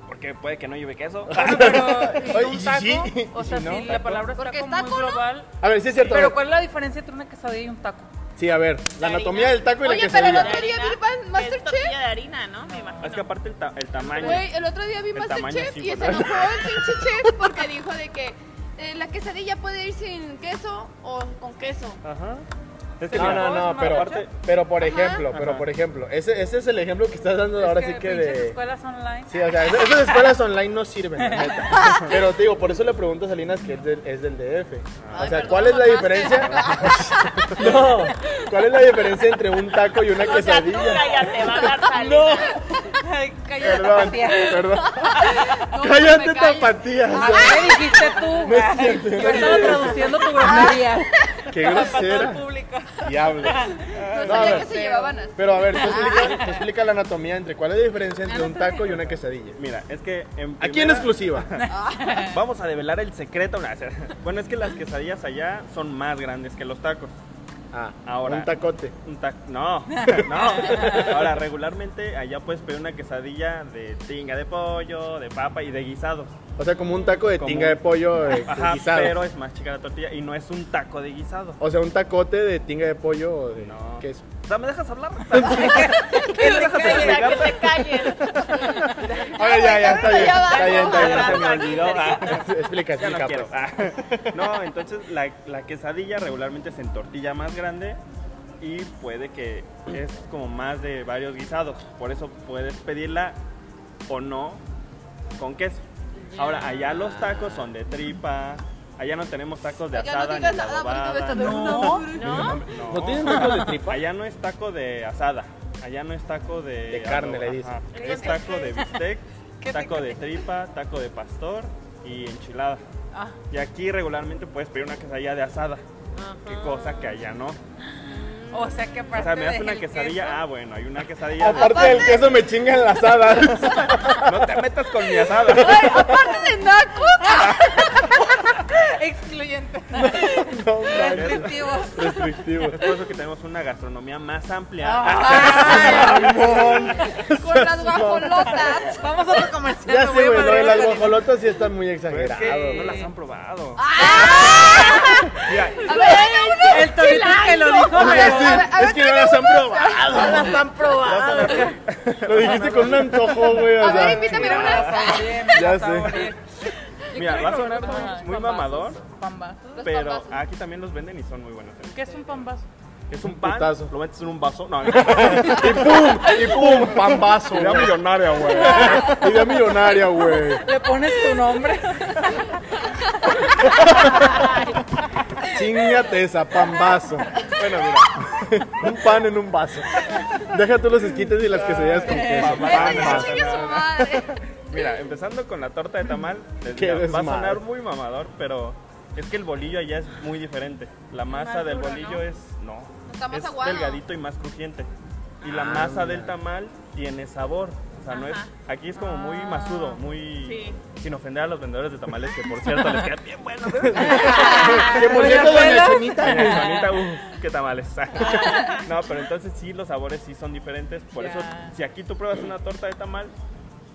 S2: Porque puede que no lleve
S3: [laughs]
S2: queso.
S5: Pero, ¿y
S3: Oye,
S5: un
S3: ¿y
S5: taco?
S3: si- y
S5: o sea,
S3: si no?
S5: si la palabra está
S4: Porque
S5: como
S4: taco,
S5: muy
S4: ¿no?
S5: global.
S3: A ver, sí es cierto. a
S5: Pero
S3: ver.
S5: ¿cuál es la diferencia entre una quesadilla y un taco?
S3: Sí, a ver, la anatomía del taco y la
S4: Oye, pero el
S3: quesadilla.
S4: otro día vi Pan-
S7: Es tortilla
S4: Masterchef.
S7: de harina, ¿no? Me imagino.
S2: Es que aparte el, ta- el tamaño.
S4: Güey, el otro día vi
S2: El tamaño
S4: Masterchef
S2: sí,
S4: y se
S2: bueno.
S4: enojó
S2: [laughs]
S4: el pinche chef porque dijo de que eh, la quesadilla puede ir sin queso o con queso.
S2: Ajá. Es
S3: No,
S2: mira,
S3: no, no, pero,
S2: aparte-
S3: pero por ejemplo, pero
S2: Ajá.
S3: por ejemplo, ese, ese es el ejemplo que estás dando ahora
S5: Es
S3: sí que
S5: pinches
S3: de...
S5: escuelas online.
S3: Sí, o sea, es- esas escuelas online no sirven, la neta. Pero te digo, por eso le pregunto a Salinas que es del, es del DF. o sea,
S4: Ay, perdón,
S3: ¿cuál es la
S4: mamá.
S3: diferencia? no, ¿cuál es la diferencia entre un taco y una
S7: O sea, tú
S3: quesadilla?
S7: cállate, va a dar salida.
S5: Ay, cállate,
S3: Perdón,
S5: tía.
S3: perdón.
S4: No,
S3: [laughs] Cállate,
S4: me callo.
S3: tapatías.
S5: Ah, ¿Qué dijiste tú? güey? Yo estaba traduciendo tu grosería.
S3: Qué
S7: Todo el
S3: grosera.
S7: público.
S3: Diablo.
S4: No
S3: No, a
S4: sabía
S3: ver.
S4: que se llevaban así.
S3: Pero a ver, tú explica, tú explica la anatomía entre cuál es la diferencia entre un taco y una quesadilla.
S2: Mira, es que. En
S3: Aquí en
S2: primera-
S3: exclusiva.
S2: Vamos a develar el secreto. No, o sea, Bueno, es [laughs] que las quesadillas allá son más grandes que los tacos.
S3: [laughs] Ah,
S2: Ahora.
S3: un tacote.
S2: Un taco. No, [laughs] no. Ahora, regularmente allá puedes pedir una quesadilla de tinga de pollo, de papa y de guisados.
S3: O sea, como un taco de
S2: Como
S3: tinga
S2: un-
S3: de pollo eh,
S2: Ajá,
S3: guisado.
S2: pero es más chica la tortilla y no es un taco de guisado.
S3: O sea, un tacote de tinga de pollo o de
S2: No.
S3: queso.
S2: O sea, ¿me dejas [laughs] hablar? ¿Qué me dejas
S7: Cállate,
S2: explicar?
S7: que te calles.
S3: A ver, ya, ya, está bien. Está bien, está bien.
S2: Ya
S3: está
S2: se me
S7: Abrazo.
S2: olvidó. Ah.
S3: bien. Explica,
S2: Ya no
S3: explica.
S2: quiero.
S3: pues.
S2: Ah. [laughs] No, entonces la, la quesadilla regularmente es en tortilla más grande y puede que es como más de varios guisados. Por eso puedes pedirla o no con queso. Ahora, allá los tacos son de tripa. Allá no tenemos tacos de
S4: Ya no
S2: asada
S4: digas
S2: ni de
S4: nada porque ves
S2: adobada.
S4: tan
S5: No.
S4: Ah.
S7: ¿No?
S2: No.
S3: ¿No tienen tacos de tripa?
S2: Allá no es taco de asada. Allá no es taco de.
S3: De carne,
S2: adobo,
S3: le dicen.
S2: ajá. Es taco de
S4: [laughs]
S2: bistec,
S5: ¿Qué te
S2: taco de tripa, taco de pastor y enchilada.
S5: Ah.
S2: Y aquí regularmente puedes pedir una quesadilla de asada. Qué cosa que allá no. O
S5: O sea que aparte
S2: sea, me das
S5: de
S2: una
S5: el
S2: quesadilla.
S5: queso-
S2: Ah, bueno, hay una quesadilla. de-
S3: Aparte del queso me chingan las [laughs] hadas.
S2: No [laughs] te metas con mi asada.
S4: Ay, aparte de naco,
S5: excluyente,
S3: No, mames.
S5: restrictivo.
S3: Restrictivo.
S2: Es por eso que tenemos una gastronomía más amplia. Ah,
S4: con las guajolotas.
S5: Vamos a otro comercial.
S3: Ya
S5: me
S3: sé,
S5: voy
S3: güey,
S5: a
S3: lo de
S5: poner
S3: las
S5: una-
S3: guajolotas sí están muy
S2: Pero Pues es
S3: exageradas.
S2: que no
S3: güey.
S2: las han probado.
S4: Ah. A ver, una
S5: El torito que lo dijo,
S4: A
S5: pero-
S4: ver, a ver, a
S3: Es
S4: ver,
S3: que no las han probado.
S5: No las han probado.
S3: Lo dijiste con un antojo, güey.
S4: a
S3: O
S4: ver,
S3: sea,
S4: invítame a
S5: Las
S4: una.
S5: saboreé, las
S3: Ya sé.
S5: saboreé. Yo
S2: Mira,
S5: quiero
S2: va a
S5: probar
S2: sonar
S5: unas
S2: muy- muy
S5: pambazos.
S2: mamador.
S5: Pambazos.
S4: Los
S2: Pero
S4: pambazos.
S2: aquí también los venden y son muy buenos. ¿eh?
S5: ¿Qué es un pambazo?
S2: Es un pan,
S3: putazo.
S2: lo metes en un vaso. No, [laughs]
S3: y pum, y pum, pambazo.
S2: Idea
S3: güey. millonaria, güey. Idea millonaria, güey.
S5: Le pones
S3: [laughs]
S5: tu nombre.
S3: Chingate esa, pambazo.
S2: bueno, mira.
S3: Un pan en un vaso. Deja tú los esquites y las quesadillas con queso.
S4: Eso ya
S2: Pambazos.
S4: chingue su madre.
S2: Mira, empezando con la torta de tamal, les
S3: Qué
S2: digo, va a
S3: desmadre.
S2: sonar muy mamador, pero es que el bolillo allá es muy diferente. La masa
S5: Más
S2: del
S5: duro,
S2: bolillo
S5: ¿no?
S2: es no,
S4: Está más
S2: es
S4: aguado.
S2: delgadito y más crujiente. Y
S3: Ah,
S2: la masa del tamal tiene sabor, o sea, no es aquí es como muy
S4: Ah,
S2: masudo, muy sin ofender a los vendedores de tamales que por cierto les quedan bien buenos. ¿eh?
S3: [laughs] Que por cierto, doña Chenita.
S7: [laughs]
S2: Doña Juanita, uf, qué tamales. [laughs] no, pero entonces sí los sabores sí son diferentes, por eso
S5: Ya.
S2: si aquí tú pruebas una torta de tamal,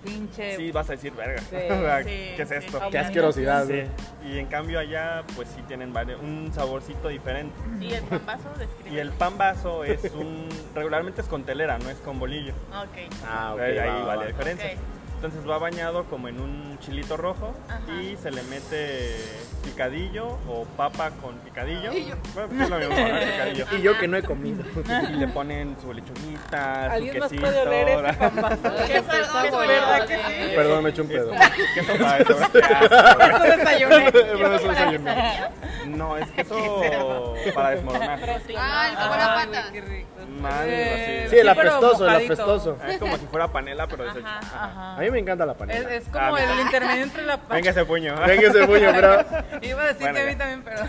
S5: Pinche.
S2: sí vas a decir verga. [laughs]
S7: sí,
S2: ¿Qué es
S7: sí.
S2: esto?
S3: Qué asquerosidad,
S2: Sí,
S3: güey.
S2: y en cambio allá pues sí tienen vari- un saborcito diferente.
S7: Y el pambazo
S2: Y
S7: describe.
S2: el pan vaso es un... [laughs] regularmente es con telera, no es con bolillo.
S7: Ok.
S3: Ah, ok,
S2: ahí
S3: va,
S2: ahí
S3: va,
S2: vale
S3: va.
S2: la diferencia.
S7: Ok.
S2: Entonces va bañado como en un chilito rojo
S7: Ajá.
S2: y se le mete picadillo o papa con picadillo.
S4: Y yo.
S2: Bueno, pues es lo mismo,
S7: [laughs]
S2: ¿no? Picadillo.
S3: Y yo que no he comido.
S2: Y le ponen su lechuguita, su
S5: Alguien más
S2: quesito.
S5: puede oler ese pampazo.
S7: Que es algo que es
S4: Oye,
S7: verdad
S4: oye,
S7: que sí.
S4: oye.
S3: Perdón, me eché un pedo.
S5: [laughs]
S2: Este, Queso padre, qué asco, güey.
S5: Eso desayuné.
S3: Pero eso es desayuno.
S2: No, es queso para desmoronar.
S4: Ah, el que huele a pata.
S5: Ay, qué rico.
S2: Mal,
S5: Eh,
S3: Sí, el
S5: pero
S3: apestoso, el
S5: mojadito.
S3: apestoso.
S2: Ah, Es como si fuera panela, pero deshecho.
S3: A mí me encanta la
S5: Es,
S3: panela.
S5: es como el intermedio entre la
S2: Ah, Venga ese puño.
S3: Venga ese puño, pero
S5: Iba a
S2: Bueno,
S5: decir que a
S2: ya.
S5: mí
S2: [laughs]
S5: también, pero.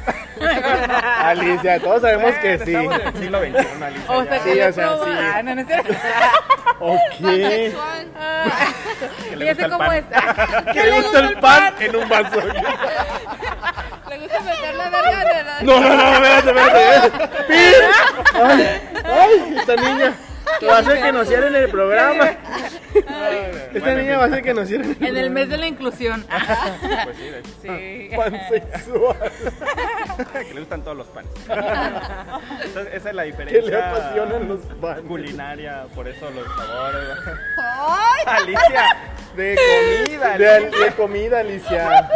S5: [laughs]
S3: Alicia, todos sabemos que
S2: Bueno,
S3: sí.
S2: Estamos en el siglo XXI, Alicia.
S5: o
S2: ya.
S5: sea, que le
S3: o sea,
S5: proba-
S3: sí.
S5: Ah, no, no es cierto.
S3: Ok.
S4: Pansexual.
S5: Ah,
S2: [laughs] Que le
S5: ya
S2: gusta
S5: sé
S2: el
S5: cómo
S2: pan. [laughs]
S5: es.
S3: Que le gusta el pan en un vaso.
S4: Le gusta meter la verga entre las-
S3: No, no, no, espérate, espérate. ¡Pir! Ay, ay, esta niña va a hacer que nos cierren el programa. Esta
S2: Bueno,
S3: niña va a hacer que nos cierren
S5: [laughs] En el mes de la inclusión.
S3: Ah,
S2: Pues sí, de hecho,
S5: Sí.
S3: pansexual.
S2: que le gustan todos los panes. Entonces, esa es la
S3: [laughs] Que
S2: diferencia.
S3: le apasionan los panes.
S2: Culinaria, por eso los sabores.
S4: ¡Ay!
S2: [laughs] Alicia, de comida.
S3: De,
S2: Alicia.
S3: de comida, Alicia.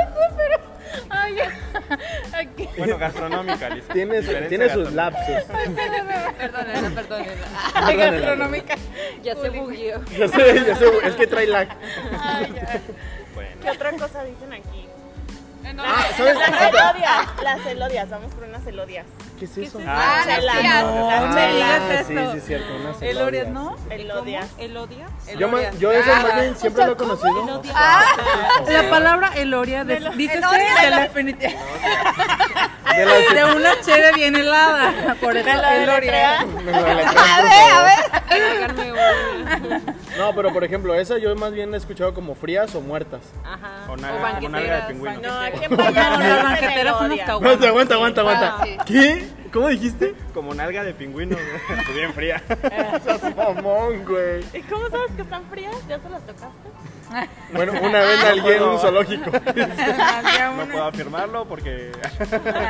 S5: Ay, ya. Aquí.
S2: Bueno, gastronómica, Alicia.
S3: Tiene, su-
S2: Diferencia
S3: tiene sus
S2: gastronómica.
S3: lapsos.
S5: Perdónenla, perdónenla.
S3: Perdónenla.
S5: Gastronómica.
S6: Ya se bugueó.
S3: Ya sé, ya sé, es que trae lag.
S7: Ay, ya.
S2: Bueno,
S7: ¿Qué otra cosa dicen aquí?
S3: Ah, ¿sabes?
S2: Pues,
S7: Las elodias, las elodias, vamos por unas elodias.
S3: ¿Qué es eso?
S4: Ah,
S2: sí,
S4: las
S2: sí,
S4: tías.
S2: no.
S5: No me digas
S3: sí,
S5: eso.
S3: sí, es cierto. unas
S5: El
S3: elodias.
S5: Orias, Ah, ¿no?
S7: Elodias.
S5: Elodia.
S3: Yo, ma- yo eso más bien siempre lo he conocido.
S5: La palabra eloria de, dícese de la definitiva.
S3: De las que-
S5: [laughs] De una cheve bien helada. [laughs] Por eso eloria. [laughs]
S3: [laughs] me lo leí.
S4: A ver, a ver.
S6: Háganme una.
S3: No, pero por ejemplo, esa yo más bien la he escuchado como frías o muertas.
S6: Ajá.
S2: Con
S6: O
S2: alga, con alga de
S6: banqueteras.
S2: pingüino.
S7: No, aquí en
S5: No,
S7: Vallarta
S5: las
S7: dicen
S5: banqueteras son [laughs] los
S7: elodias.
S3: [laughs]
S5: caguamas.
S3: aguanta, aguanta,
S4: aguanta. Ah, sí.
S3: ¿Qué? ¿Cómo dijiste?
S2: Como nalga de pingüino,
S3: [laughs]
S2: güey. bien fría.
S3: Estás mamón, güey.
S7: ¿Y cómo sabes que están frías? ¿Ya se las tocaste?
S3: Bueno, una vez
S2: Ah,
S3: alguien en un
S2: [laughs]
S3: zoológico.
S2: No puedo afirmarlo
S3: [laughs]
S2: porque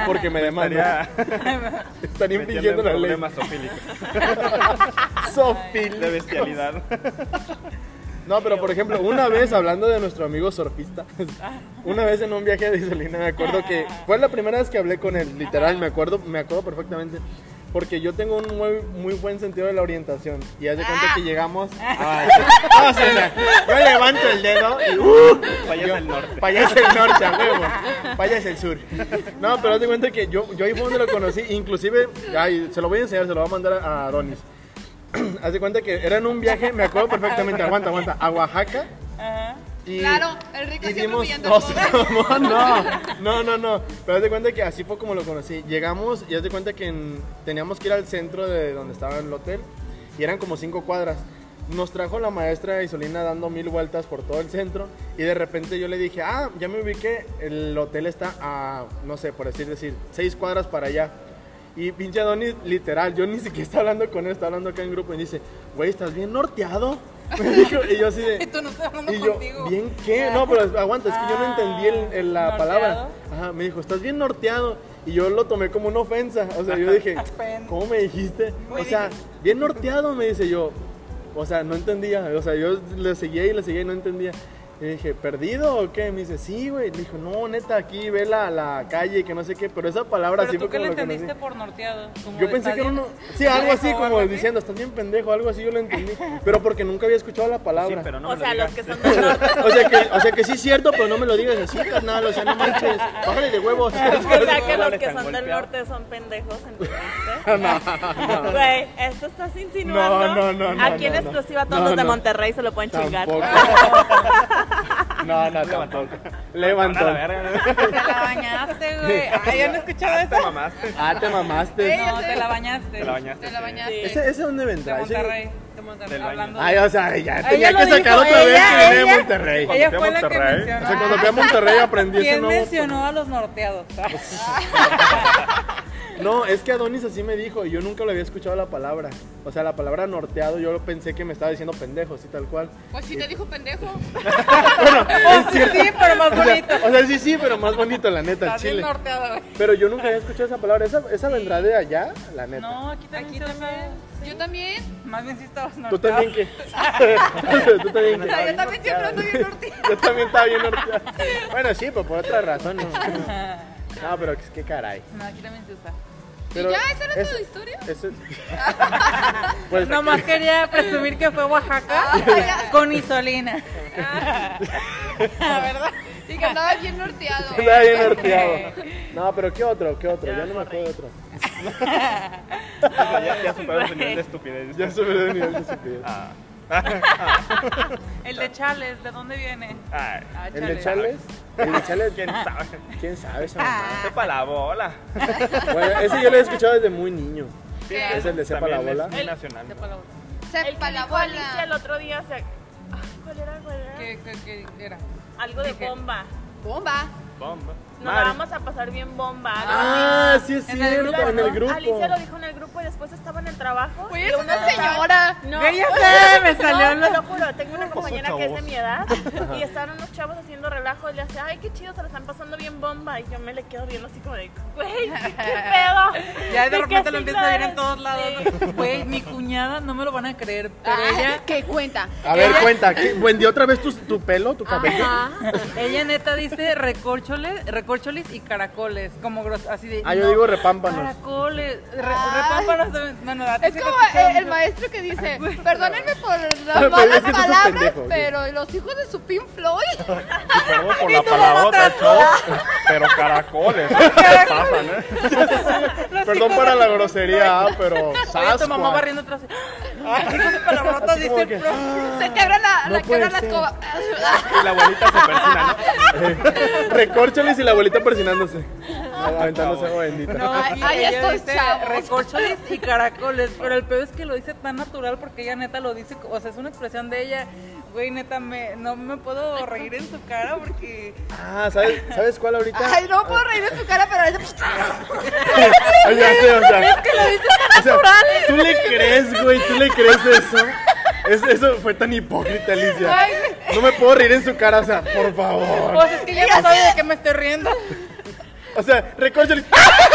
S3: Porque me demanda.
S2: estaría
S3: Están
S2: metiendo
S3: infringiendo
S2: en
S3: la ley.
S2: problemas zoofílicos de
S3: Sofil.
S2: bestialidad.
S3: No, pero por ejemplo, una vez hablando de nuestro amigo
S2: [laughs]
S3: surfista, una vez en un viaje de Isolina, me acuerdo que fue la primera vez que hablé con él, literal, me acuerdo, me acuerdo perfectamente. Porque yo tengo un muy, muy buen sentido de la orientación. Y haz de
S2: Ah.
S3: cuenta que llegamos. [laughs] Ay, sí. No, o sea, yo levanto el dedo y. ¡uh!
S2: Vaya
S3: Yo-
S2: del norte.
S3: Vaya es el norte, a huevo. Vaya es el sur. No, pero haz de cuenta que yo, yo ahí fue donde lo conocí. Inclusive, ay, se lo voy a enseñar, se lo voy a mandar a, a Donis. [clears throat] Haz de cuenta que era en un viaje, me acuerdo perfectamente, aguanta, aguanta, a Oaxaca. Y,
S4: Claro, el rico
S3: y
S4: siempre
S3: dimos-
S4: humillando
S3: no,
S4: al
S3: [laughs] no,
S4: pobre.
S3: no, no, no, no. Pero haz de cuenta que así fue como lo conocí. Llegamos y haz de cuenta que en- teníamos que ir al centro de donde estaba el hotel y eran como cinco cuadras. Nos trajo la maestra Isolina dando mil vueltas por todo el centro y de repente yo le dije, ah, ya me ubiqué, el hotel está a, no sé, por decir, decir, seis cuadras para allá. Y pinche Adonis, literal, yo ni siquiera estaba hablando con él, estaba hablando acá en grupo y dice, güey, ¿estás bien norteado? [laughs] Me dijo, y yo así de...
S5: [laughs] Y tú no estás hablando
S3: Y yo,
S5: contigo.
S3: ¿bien qué? No, pero aguanta, es que yo no entendí el- el- la
S5: Ah,
S3: palabra. Ajá, me dijo, estás bien norteado. Y yo lo tomé como una ofensa. O sea, yo
S5: [laughs]
S3: dije, ¿cómo me dijiste? O sea, bien norteado, me dice yo. O sea, no entendía. O sea, yo le seguía y le seguía y no entendía. Y dije, ¿perdido o qué? Me dice, sí, güey. Le dijo, no, neta, aquí ve la, la calle, que no sé qué. Pero esa palabra
S5: Pero
S3: sí
S5: tú
S3: fue
S5: que
S3: como
S5: le
S3: lo conocí.
S5: entendiste por norteado. como
S3: Yo
S5: de
S3: pensé que era
S5: padre.
S3: uno. Sí, algo así,
S5: Pendejo,
S3: como
S5: algo así.
S3: diciendo, estás bien pendejo, algo así yo lo
S5: [laughs]
S3: entendí. Pero porque nunca había escuchado la
S2: Sí,
S3: palabra.
S2: pero no me
S7: O
S2: lo
S7: sea,
S2: digas.
S7: los que son
S2: [laughs]
S7: del norte.
S3: [laughs] O sea, que, o sea que sí es cierto, pero no me lo digas así, carnal. O sea, no manches. Bájale de huevos.
S7: O sea, que los
S2: Órale,
S7: que
S2: tan
S7: son del
S2: golpeado.
S7: norte son pendejos, ¿entendiste? Güey, esto estás insinuando.
S3: No, no, no, no,
S7: Aquí en
S3: no, no.
S7: exclusiva todos
S3: No,
S7: los de
S3: no.
S7: Monterrey se lo pueden chingar.
S3: Tampoco. No, no, tampoco. Levantó.
S2: A la verga.
S5: Te la bañaste, güey. Ay, yo no escuchaba eso.
S2: Te
S3: [laughs]
S2: mamaste.
S3: Ah, te mamaste.
S5: No, te la bañaste.
S2: Te la bañaste.
S4: Te la bañaste.
S7: Sí.
S3: ¿Ese, ese dónde
S5: De
S3: vendrá? Ese-
S5: Monterrey. De Monterrey.
S2: Del baño.
S5: Hablando
S3: Ay, o sea, ya
S5: Ella
S3: tenía
S5: lo
S3: que sacar
S5: dijo,
S3: otra vez que
S5: ella,
S3: venía de
S5: ella.
S3: Monterrey.
S2: Cuando
S5: Ella
S2: fui a
S5: fue la que
S2: Monterrey,
S5: mencionó.
S3: O sea, cuando fui a Monterrey aprendí ese
S5: ¿Quién
S3: nuevo.
S5: mencionó a los norteados?
S3: No, es que Adonis así me dijo y yo nunca lo había escuchado la palabra. O sea, la palabra norteado yo pensé que me estaba diciendo pendejo, así tal cual.
S4: Pues sí te dijo pendejo.
S5: Oh, sí, sí, pero más
S3: O sea,
S5: bonito.
S3: o sea, sí, sí, pero más bonito, la neta, el
S5: Estás bien
S3: chile.
S5: norteado, güey.
S3: Pero yo nunca había escuchado esa palabra. ¿Esa, esa vendrá de allá? La neta.
S5: No, aquí también. se usa.
S4: Yo también.
S5: Más bien sí estabas
S3: ¿Tú
S5: norteado.
S3: también qué? [laughs] ¿Tú también qué?
S4: O sea,
S3: [laughs]
S4: yo también siempre ando bien norteada.
S3: pues, Yo también estaba bien norteado. Bueno, sí, pero por otra razón. ¿no? No, pero es que caray.
S5: No, aquí también se usa.
S3: Pero
S4: ¿Y ya? ¿Esa era
S3: eso-
S4: tu historia?
S3: eso- pues
S5: Nomás quería presumir que fue Ah, Oaxaca con isolina.
S4: Y que andaba bien norteado.
S3: andaba bien norteado. No, pero ¿qué otro? ¿Qué otro? Ya, no me acuerdo de otro.
S2: Ya, ya superaron el nivel de estupidez.
S3: Ya se me dio el nivel de estupidez.
S5: El de Chales, ¿de dónde viene?
S2: Ay,
S5: Ah,
S3: ¿El de Charles? ¿El de Charles?
S2: ¿Quién sabe?
S3: ¿Quién sabe esa mamá?
S2: Sepa la bola.
S3: Bueno, ese yo lo he escuchado desde muy niño.
S4: ¿Qué?
S3: ¿Es el de sepa la
S2: También
S3: bola?
S2: es muy nacional.
S5: Sepa la voz.
S7: El
S4: Sepa
S7: que
S4: la
S7: dijo Alicia el
S4: bola.
S7: otro día, se- Ah, ¿cuál era? ¿Cuál era?
S5: ¿Qué, qué, qué era?
S7: Algo de
S5: ¿De qué?
S7: bomba.
S4: Bomba.
S2: Bomba.
S7: Nos la
S2: Mari.
S7: vamos a pasar bien bomba. algo
S3: Ah, sí es
S5: En el
S3: cierto,
S5: grupo,
S3: en el
S5: ¿no?
S3: grupo.
S7: Alicia lo dijo en el grupo y después estaba en el trabajo.
S4: Oye,
S7: y
S4: es
S7: una
S4: una
S7: estaba-
S4: señora.
S7: No,
S5: [laughs] Ve,
S7: [laughs]
S5: ya sé, me salió
S7: no, te
S5: lo-
S7: lo juro, tengo una compañera que es de
S2: chavos.
S7: mi edad y estaban unos chavos haciendo relajo y le hace, ay, qué chido, se lo están pasando bien bomba. Y yo me le quedo viendo así como de, güey, qué pedo.
S5: Ya de
S7: qué
S5: repente lo
S7: signo
S5: empieza a ver en
S7: eres?"
S5: todos lados.
S7: Sí.
S5: Güey, mi cuñada, no me lo van a creer, pero
S4: Ah,
S5: ella,
S4: ¿Qué cuenta?
S3: A ver, cuenta, ¿qué- ¿vendió otra vez tu, tu pelo, tu cabello?
S5: ella neta dice recorcholes, recorcholis y caracoles, como gros- así de...
S3: Ah, yo
S5: no,
S3: digo repámpanos.
S5: Caracoles, re,
S4: Ah.
S5: repámpanos también. Bueno, a ti
S4: Es
S5: sí te
S4: como eh,
S5: escucharon
S4: el, el
S5: mucho.
S4: maestro que dice, perdónenme por
S3: Pero
S4: las malas
S3: es que tú sos
S4: palabras,
S3: pendejo, sí.
S4: pero los hijos de su Pink Floyd.
S2: Perdón por la palabrota, chavos. Pero caracoles. ¿Qué pasan, eh?
S3: Perdón para la grosería, ah, pero
S5: Oye, tu mamá
S3: Sasquatch.
S5: barriendo atrás. Ay, qué palabrotas
S3: Así como
S5: dice el
S3: que-
S5: profe.
S4: Se te abre la, la,
S3: No
S4: que abre
S3: puede
S4: la
S3: ser.
S4: escoba.
S2: Y [laughs] la abuelita se persina, ¿no?
S3: Recórcholes y la abuelita persinándose. Aventándose, oh, bendita.
S5: No,
S4: Ay,
S5: sí,
S4: ay,
S5: ah, ella
S4: estos
S5: dice
S4: chavos.
S5: recorcholis y caracoles, pero el peor es que lo dice tan natural porque ella neta lo dice, o sea, es una expresión de ella, güey, neta, me, no me puedo reír en su cara porque...
S3: Ah, ¿sabes, ¿sabes cuál ahorita?
S4: [laughs] Ay, no puedo reír de tu cara, pero a veces...
S3: Ay, ya sé, o sea.
S5: Es que lo dice
S3: O sea, tú le crees, güey, tú le crees eso. Es- eso fue tan hipócrita, Alicia.
S4: Ay,
S3: No me puedo reír en su cara, o sea, por favor.
S5: O sea, es que ya no sabe de qué me estoy riendo.
S3: O sea, recórcholes. [laughs]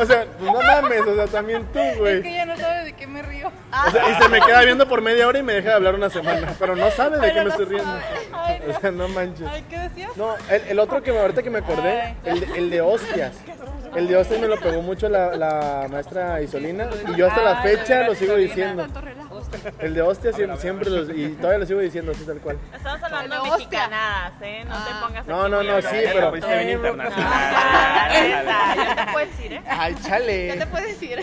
S3: O sea, pues no mames, o sea, también tú,
S5: Es
S3: güey.
S5: que ya no sabe de qué me río.
S3: O sea, y se me queda viendo por media hora y me deja de hablar una semana. Pero no sabe de qué me estoy riendo. O sea, no manches.
S5: Ay, ¿qué decías?
S3: No, el, el otro que me, ahorita que me acordé, el, de- el de hostias. El de hostias me lo pegó mucho la, la maestra Isolina. Y yo hasta la
S5: Ay,
S3: fecha lo sigo
S5: Ah, Isolina.
S3: diciendo. El de hostias siempre, siempre los- y todavía lo sigo diciendo así tal cual.
S7: Estamos hablando
S4: Pero
S7: de
S4: hostia.
S7: mexicanadas, ¿eh? No te pongas
S3: No, no, no, sí,
S2: Ya te
S3: pero.
S2: pusiste bien
S7: Ah,
S2: internacional.
S7: neta, [laughs] ya te puedes ir, ¿eh?
S3: Ay,
S4: ¿Qué te
S3: chale.
S4: puedes decir?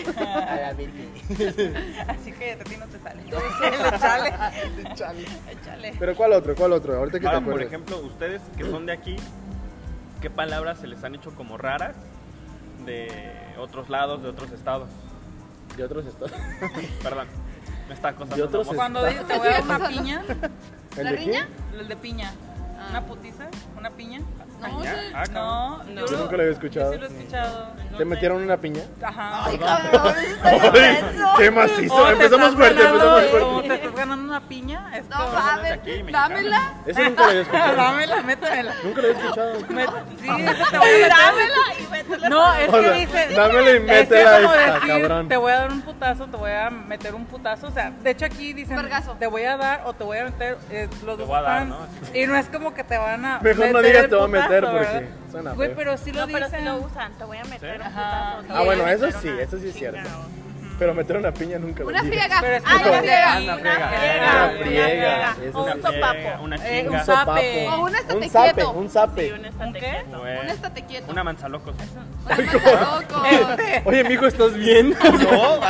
S5: Así que a ti no te sale. Le sale. Échale.
S3: Pero ¿cuál otro? ¿Cuál otro? Ahorita que te
S2: Ahora, por
S3: acuerdes.
S2: ejemplo, ustedes que son de aquí, ¿qué palabras se les han hecho como raras de otros lados, de otros
S3: [laughs]
S2: estados?
S3: De otros estados.
S2: Perdón, me está acosando.
S3: De otros
S2: una
S5: Cuando dice, te voy a dar una piña,
S3: ¿El
S4: ¿La
S3: de aquí?
S4: riña?
S5: el de piña. ¿Una putiza? ¿Una piña?
S4: No,
S2: Ya,
S4: sí.
S2: ah, cabrón.
S5: No, yo,
S3: Yo nunca lo había escuchado.
S5: Yo sí lo he escuchado.
S3: ¿Te metieron una piña?
S5: Ajá.
S4: Ay, cabrón, estoy
S3: Ay,
S4: intenso.
S3: ¡Qué macizo!
S5: Oh, te
S3: Empezamos
S5: estás
S3: fuerte,
S5: ganando,
S3: empezamos
S5: eh, como
S3: fuerte.
S5: te estás ganando una piña, esto.
S4: No
S2: aquí,
S4: mames,
S2: mexicana.
S4: dámela.
S3: Eso nunca lo había escuchado.
S5: Dámela, métamela.
S3: Nunca lo había escuchado.
S5: Me- Sí, eso te voy a dar. No, es
S3: O
S5: que
S3: sea,
S5: dice.
S3: dámela y
S5: es que
S3: métela
S5: como
S3: esta,
S5: decir,
S3: cabrón.
S5: Te voy a dar un putazo, te voy a meter un putazo. O sea, de hecho aquí dicen.
S4: Vergazo.
S5: Te voy a dar o te voy a meter. eh, los
S2: Te
S5: dos
S2: voy a dar,
S5: están-
S2: ¿no?
S5: Y no es como que te van a.
S3: Mejor no
S5: meter
S3: digas
S5: el
S3: te voy a meter
S5: putazo,
S3: porque
S5: ¿verdad?
S3: suena
S5: Güey,
S3: feo.
S5: pero sí lo
S7: No, pero si
S5: dicen.
S7: lo usan, te voy a meter un
S5: Ajá.
S7: putazo.
S3: Ah, bueno, eso sí, eso sí es cierto. Pero meter una piña nunca lo
S4: Una
S3: dije.
S4: friega.
S5: Pero es que ah,
S4: Ay,
S5: no-
S4: una Ah, friega.
S2: Una
S7: friega.
S2: friega.
S3: Una friega.
S7: O un
S3: Eso sí.
S2: friega,
S7: sopapo.
S2: Una
S5: Eh,
S2: chinga.
S5: un sapo.
S3: Sopapo.
S4: O un estate
S3: Un zape,
S4: quieto.
S3: un
S7: Sí,
S3: zape.
S7: un
S5: ¿Un qué?
S7: estate
S2: Güey.
S4: Un estate quieto.
S2: Una manzalocos.
S4: Loco.
S3: Oye, mijo, ¿estás bien? No.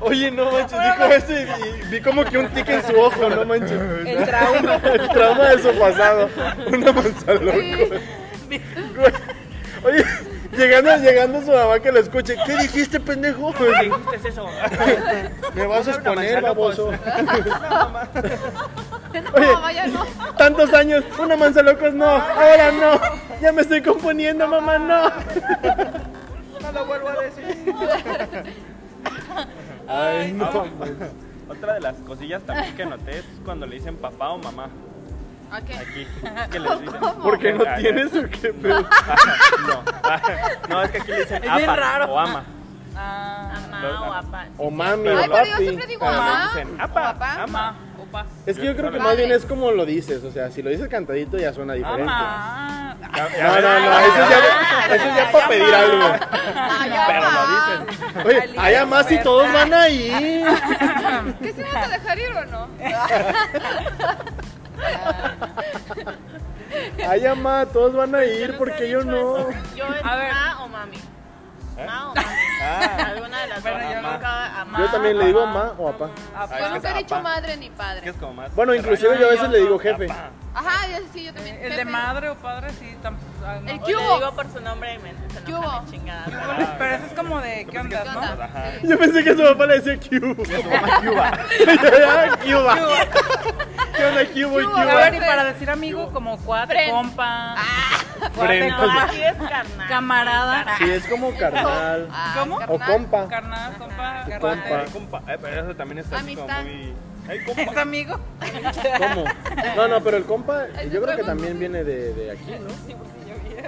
S3: Oye, no manches, dijo eso y- y vi como que un tic en su ojo, no manches.
S6: El trauma.
S3: El trauma de su pasado. Una manzaloca. Güey. Oye, llegando, llegando su mamá que lo escuche. ¿Qué dijiste, pendejo?
S2: ¿Qué es eso?
S3: Me vas a exponer,
S2: manzalocos. [laughs]
S3: baboso.
S4: No, vaya, no.
S3: Tantos años, una manza locos no, ahora no, ya me estoy componiendo, mamá, no.
S2: No lo vuelvo a decir.
S3: Ay, no.
S2: Otra de las cosillas también que noté es cuando le dicen papá o mamá.
S4: Ok.
S2: Aquí. Es
S3: [laughs]
S2: que les dicen.
S3: Porque no
S2: Ah,
S3: tienes o qué [laughs] pedo.
S2: No. No, es que aquí le dicen
S5: Es bien
S2: apa
S5: raro.
S2: o ama.
S7: Mamá o papá.
S3: Ah, O mami,
S2: Pero
S3: o
S4: Ay,
S3: Ah,
S4: pero yo
S3: papi.
S4: siempre digo
S2: Pero
S4: mamá.
S2: le dicen apa,
S4: o papá.
S2: ama.
S5: Opa.
S3: Es que yo creo que
S4: Madre.
S3: más bien es como lo dices, o sea, si lo dices cantadito ya suena diferente.
S5: Ama.
S3: No, no, no, eso es ya, eso es ya para pedir algo.
S4: Ah, ya va.
S3: Oye, hay más y todos van a ir.
S4: ¿Qué se van a dejar ir o no?
S3: Hay más, todos van a ir, porque yo
S7: Yo nunca he
S3: no.
S7: dicho eso. Yo es
S5: A ver.
S7: ma o mami. Ma o mami. Alguna de las dos.
S5: Bueno, yo
S7: Nunca a ma,
S3: ¿Eh? Ah. Yo también le digo
S7: a
S3: ma o papá.
S5: Ah, pues,
S4: Yo nunca he dicho
S2: papá.
S4: madre ni
S2: Es que
S4: padre.
S2: es como más.
S3: Bueno, inclusive yo a veces le digo jefe.
S2: Papá.
S4: Ajá, yo sí, yo también.
S5: el de
S4: Jefe.
S5: madre o padre sí tampoco. ah, no.
S4: El
S7: O
S4: ¿Qué
S7: le
S4: hubo?
S7: digo por su nombre y me se
S4: ¿Qué
S7: enoja
S4: hubo?
S7: mi chingada.
S3: [laughs]
S5: Pero eso es como de qué onda,
S4: ¿Qué
S5: ¿no?
S4: onda?
S2: Ajá.
S4: Sí.
S3: [laughs] Yo pensé que su papá le decía Q. [laughs] Ah, Cuba. ¿Qué onda, Cuba y
S5: A
S3: Cuba?
S5: ver, y para decir amigo como cuate,
S4: Friend.
S5: compa, cuate,
S3: Friend.
S7: No,
S5: compa,
S7: aquí es
S3: [laughs]
S7: carnal.
S5: camarada,
S3: Sí, es como carnal.
S4: Ah,
S5: ¿Cómo?
S3: O
S4: carnal.
S3: compa.
S5: carnal, compa,
S3: Tu
S5: cuate.
S2: Ay, compa. Ay, pero eso también es así como
S4: Amistad.
S2: muy. Ay,
S5: ¿Es
S2: compa.
S5: amigo?
S3: ¿Cómo? No, no, pero el compa
S4: Ay,
S3: yo creo que
S4: pregunto.
S3: también viene de, de aquí, ¿no?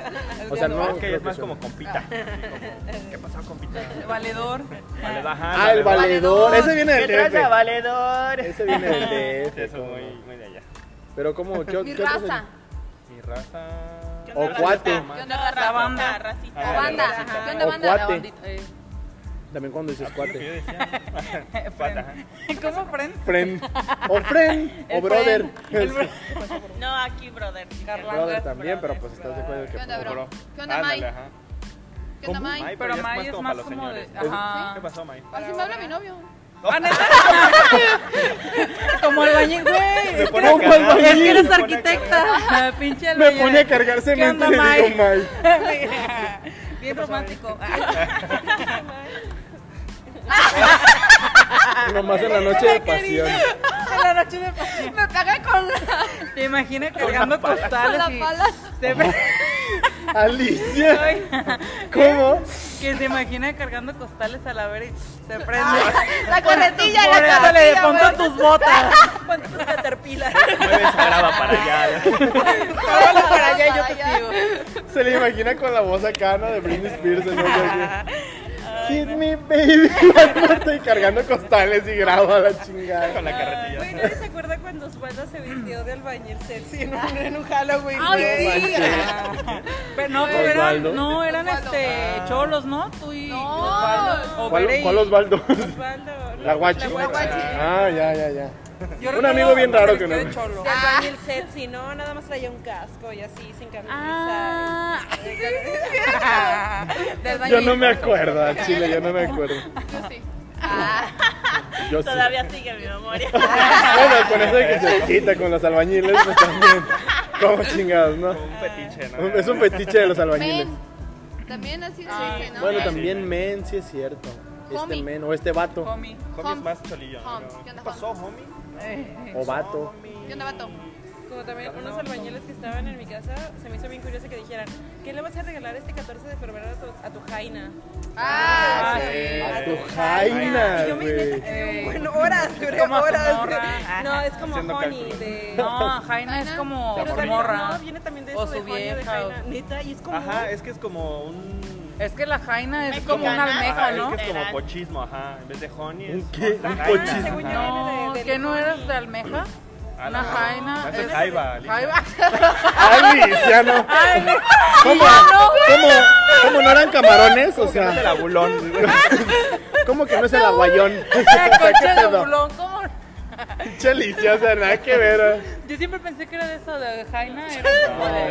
S5: El
S3: O sea,
S5: de-
S3: no.
S2: Es que
S3: creo
S2: es más
S3: sea.
S2: como compita. Como, ¿Qué pasó, compita?
S5: el eh, valedor.
S2: Vale, baja,
S3: Ah, el
S2: vale.
S3: valedor. Ese viene del
S7: ¿Qué traza,
S3: DF.
S7: valedor?
S3: Ese viene
S2: [laughs]
S3: del DF.
S2: Eso
S3: ¿cómo
S2: muy,
S3: no?
S2: muy de allá.
S3: Pero como, ¿qué,
S4: Mi
S3: qué otros-
S4: raza.
S2: Mi raza.
S7: ¿Qué
S3: O
S7: onda,
S3: cuate.
S7: racita?
S4: ¿Qué
S7: No,
S4: onda, raza?
S7: racita,
S5: banda.
S7: racita.
S2: Ah,
S4: O banda.
S2: ajá.
S4: ¿Qué onda,
S3: O
S4: banda?
S3: cuate.
S4: La bandita, eh.
S3: También cuando dices
S2: Lo que yo
S3: cuate.
S2: decía. Pata, ajá.
S5: ¿Cómo
S2: [laughs]
S5: friend?
S3: Friend. O friend. O brother. [laughs]
S5: El bro-
S7: No, aquí, brother.
S5: Carla.
S3: Brother también, pero pues estás de acuerdo que.
S4: ¿Qué onda,
S2: Como
S4: bro?
S2: bro.
S4: ¿Qué onda,
S2: Ándale,
S4: Mike?
S2: ajá.
S4: ¿Qué onda,
S2: ¿Cómo?
S4: Mike?
S5: Pero
S2: ya es
S5: Mai
S2: más
S5: es
S2: como
S5: más
S2: para los
S5: como de.
S2: señores.
S5: Ajá.
S2: ¿Qué pasó, Mike?
S4: Así me habla mi novio.
S5: Ah, ¿neta? Como el bañil, güey. Es que
S3: pone a
S5: eres-
S3: cargar.
S5: es que eres
S2: Se pone a
S5: arquitecta. Pinche
S3: Me
S5: albañil.
S3: pone a cargar cemento y
S5: onda,
S3: le digo
S5: Mai?
S3: Mike.
S5: [laughs] Bien romántico. [laughs]
S3: Nomás en la noche de pasión.
S5: En la noche de pasión.
S4: Me pega con la,
S5: Te imaginas cargando
S4: con
S5: costales
S4: la
S5: y
S4: pala.
S5: se ve-
S3: Alicia.
S5: Ay,
S3: ¿Cómo?
S5: que se imagina cargando costales a la vera y se prende.
S4: La carretilla,
S5: Por
S4: la
S5: eso le
S4: carretilla.
S5: pongo tus botas. [laughs]
S6: ¿Cuántos caterpillar?
S2: Mueve esa grava para allá.
S5: Ahora para allá y yo te
S4: Para
S5: sigo.
S3: Se le imagina con la voz acá, ¿no? De Britney Spears. ¿no? Hit me, baby. [laughs] one more time, Y cargando costales y grabo a la chingada.
S2: Con la carretilla.
S6: Güey, nadie se acuerda cuando Osvaldo se vistió de albañil sexy en un, en un Halloween. güey?
S5: Ay, sí. Pero no, pero
S3: Osvaldo.
S5: eran, no, eran este cholos, ¿no? Tú y
S4: No.
S5: Osvaldo. o
S3: ¿Cuál,
S5: Bere y-
S3: cuál Osvaldo?
S6: Osvaldo, no,
S3: La guachi.
S6: La guachi.
S3: Ah, ya, ya, ya.
S5: Yo
S3: Un
S5: recuerdo
S3: amigo bien
S5: cuando
S3: raro
S5: se
S3: que
S5: vistió
S3: no-
S5: de cholo.
S6: De albañil sexy, no, nada más traía un casco y así, sin camisa.
S5: Ah,
S3: Yo
S5: del bañil.
S3: no me acuerdo, al chile, yo no me acuerdo.
S4: Yo sí. Ah,
S3: Yo sí.
S7: Todavía sigue mi memoria.
S3: Bueno, con eso de que se excita con los albañiles, pues también. ¿Cómo chingados, no?
S2: Como un fetiche, ¿no?
S3: Es un fetiche de los albañiles.
S4: men. También así se dice, ¿no?
S3: Bueno,
S4: Men.
S3: también men, sí es cierto. Este
S4: Homie.
S3: men, o este vato,
S5: Homie.
S2: Homie es
S4: Hom.
S2: más cholillo. ¿no?
S4: Hom. ¿Qué
S2: ¿Qué
S4: onda,
S2: pasó, homie?
S3: o vato.
S4: ¿Qué onda, vato?
S6: Como también unos albañiles que estaban en mi casa, se me hizo bien curioso que dijeran, ¿qué le vas a regalar este 14 de febrero a tu, a tu jaina?
S4: Ah, sí.
S3: A tu jaina,
S6: Y yo me
S3: güey.
S6: eh, bueno, horas, duré
S5: Como
S6: horas.
S5: Zamorra.
S6: [laughs] No, es como
S2: Haciendo
S6: honey
S2: cálculos.
S6: de...
S5: No, Jaina es como
S6: Pero también,
S5: morra.
S6: no, viene también de
S5: O
S6: eso de
S5: su
S6: Jaina, de
S5: vieja, o-
S6: Jaina. Neta, y es como...
S2: Ajá, es que es como un.
S5: Es que la Jaina es
S7: Mexicana.
S5: como una almeja,
S2: Ajá, Es que
S5: ¿no?
S2: es como
S7: Literal.
S2: pochismo, ajá. En vez de honey es.
S3: ¿Un qué?
S2: la
S3: ¿Un
S2: jaina,
S3: pochismo?
S2: ajá.
S6: Según yo
S2: Ah,
S5: No,
S6: viene de-
S5: que
S6: del
S5: no
S6: Homie.
S5: eras de almeja.
S2: no, no,
S5: Una
S2: no.
S5: jaina.
S2: Esa es jaiba, Alicia.
S5: Jaiba.
S3: Ay, Luciano. ¿Cómo? ¿Cómo? ¿Cómo no eran camarones? O
S2: Es el
S3: sea,
S2: abulón.
S3: [laughs] ¿cómo que no es el aguayón? O
S5: [laughs]
S3: sea,
S5: La
S3: ¿Qué
S5: concha de
S3: pedo?
S5: bulón, ¿cómo?
S3: Pinche Alicia, o sea, nada que ver.
S5: Yo siempre pensé que era de eso, de Jaina.
S3: [laughs]
S5: Era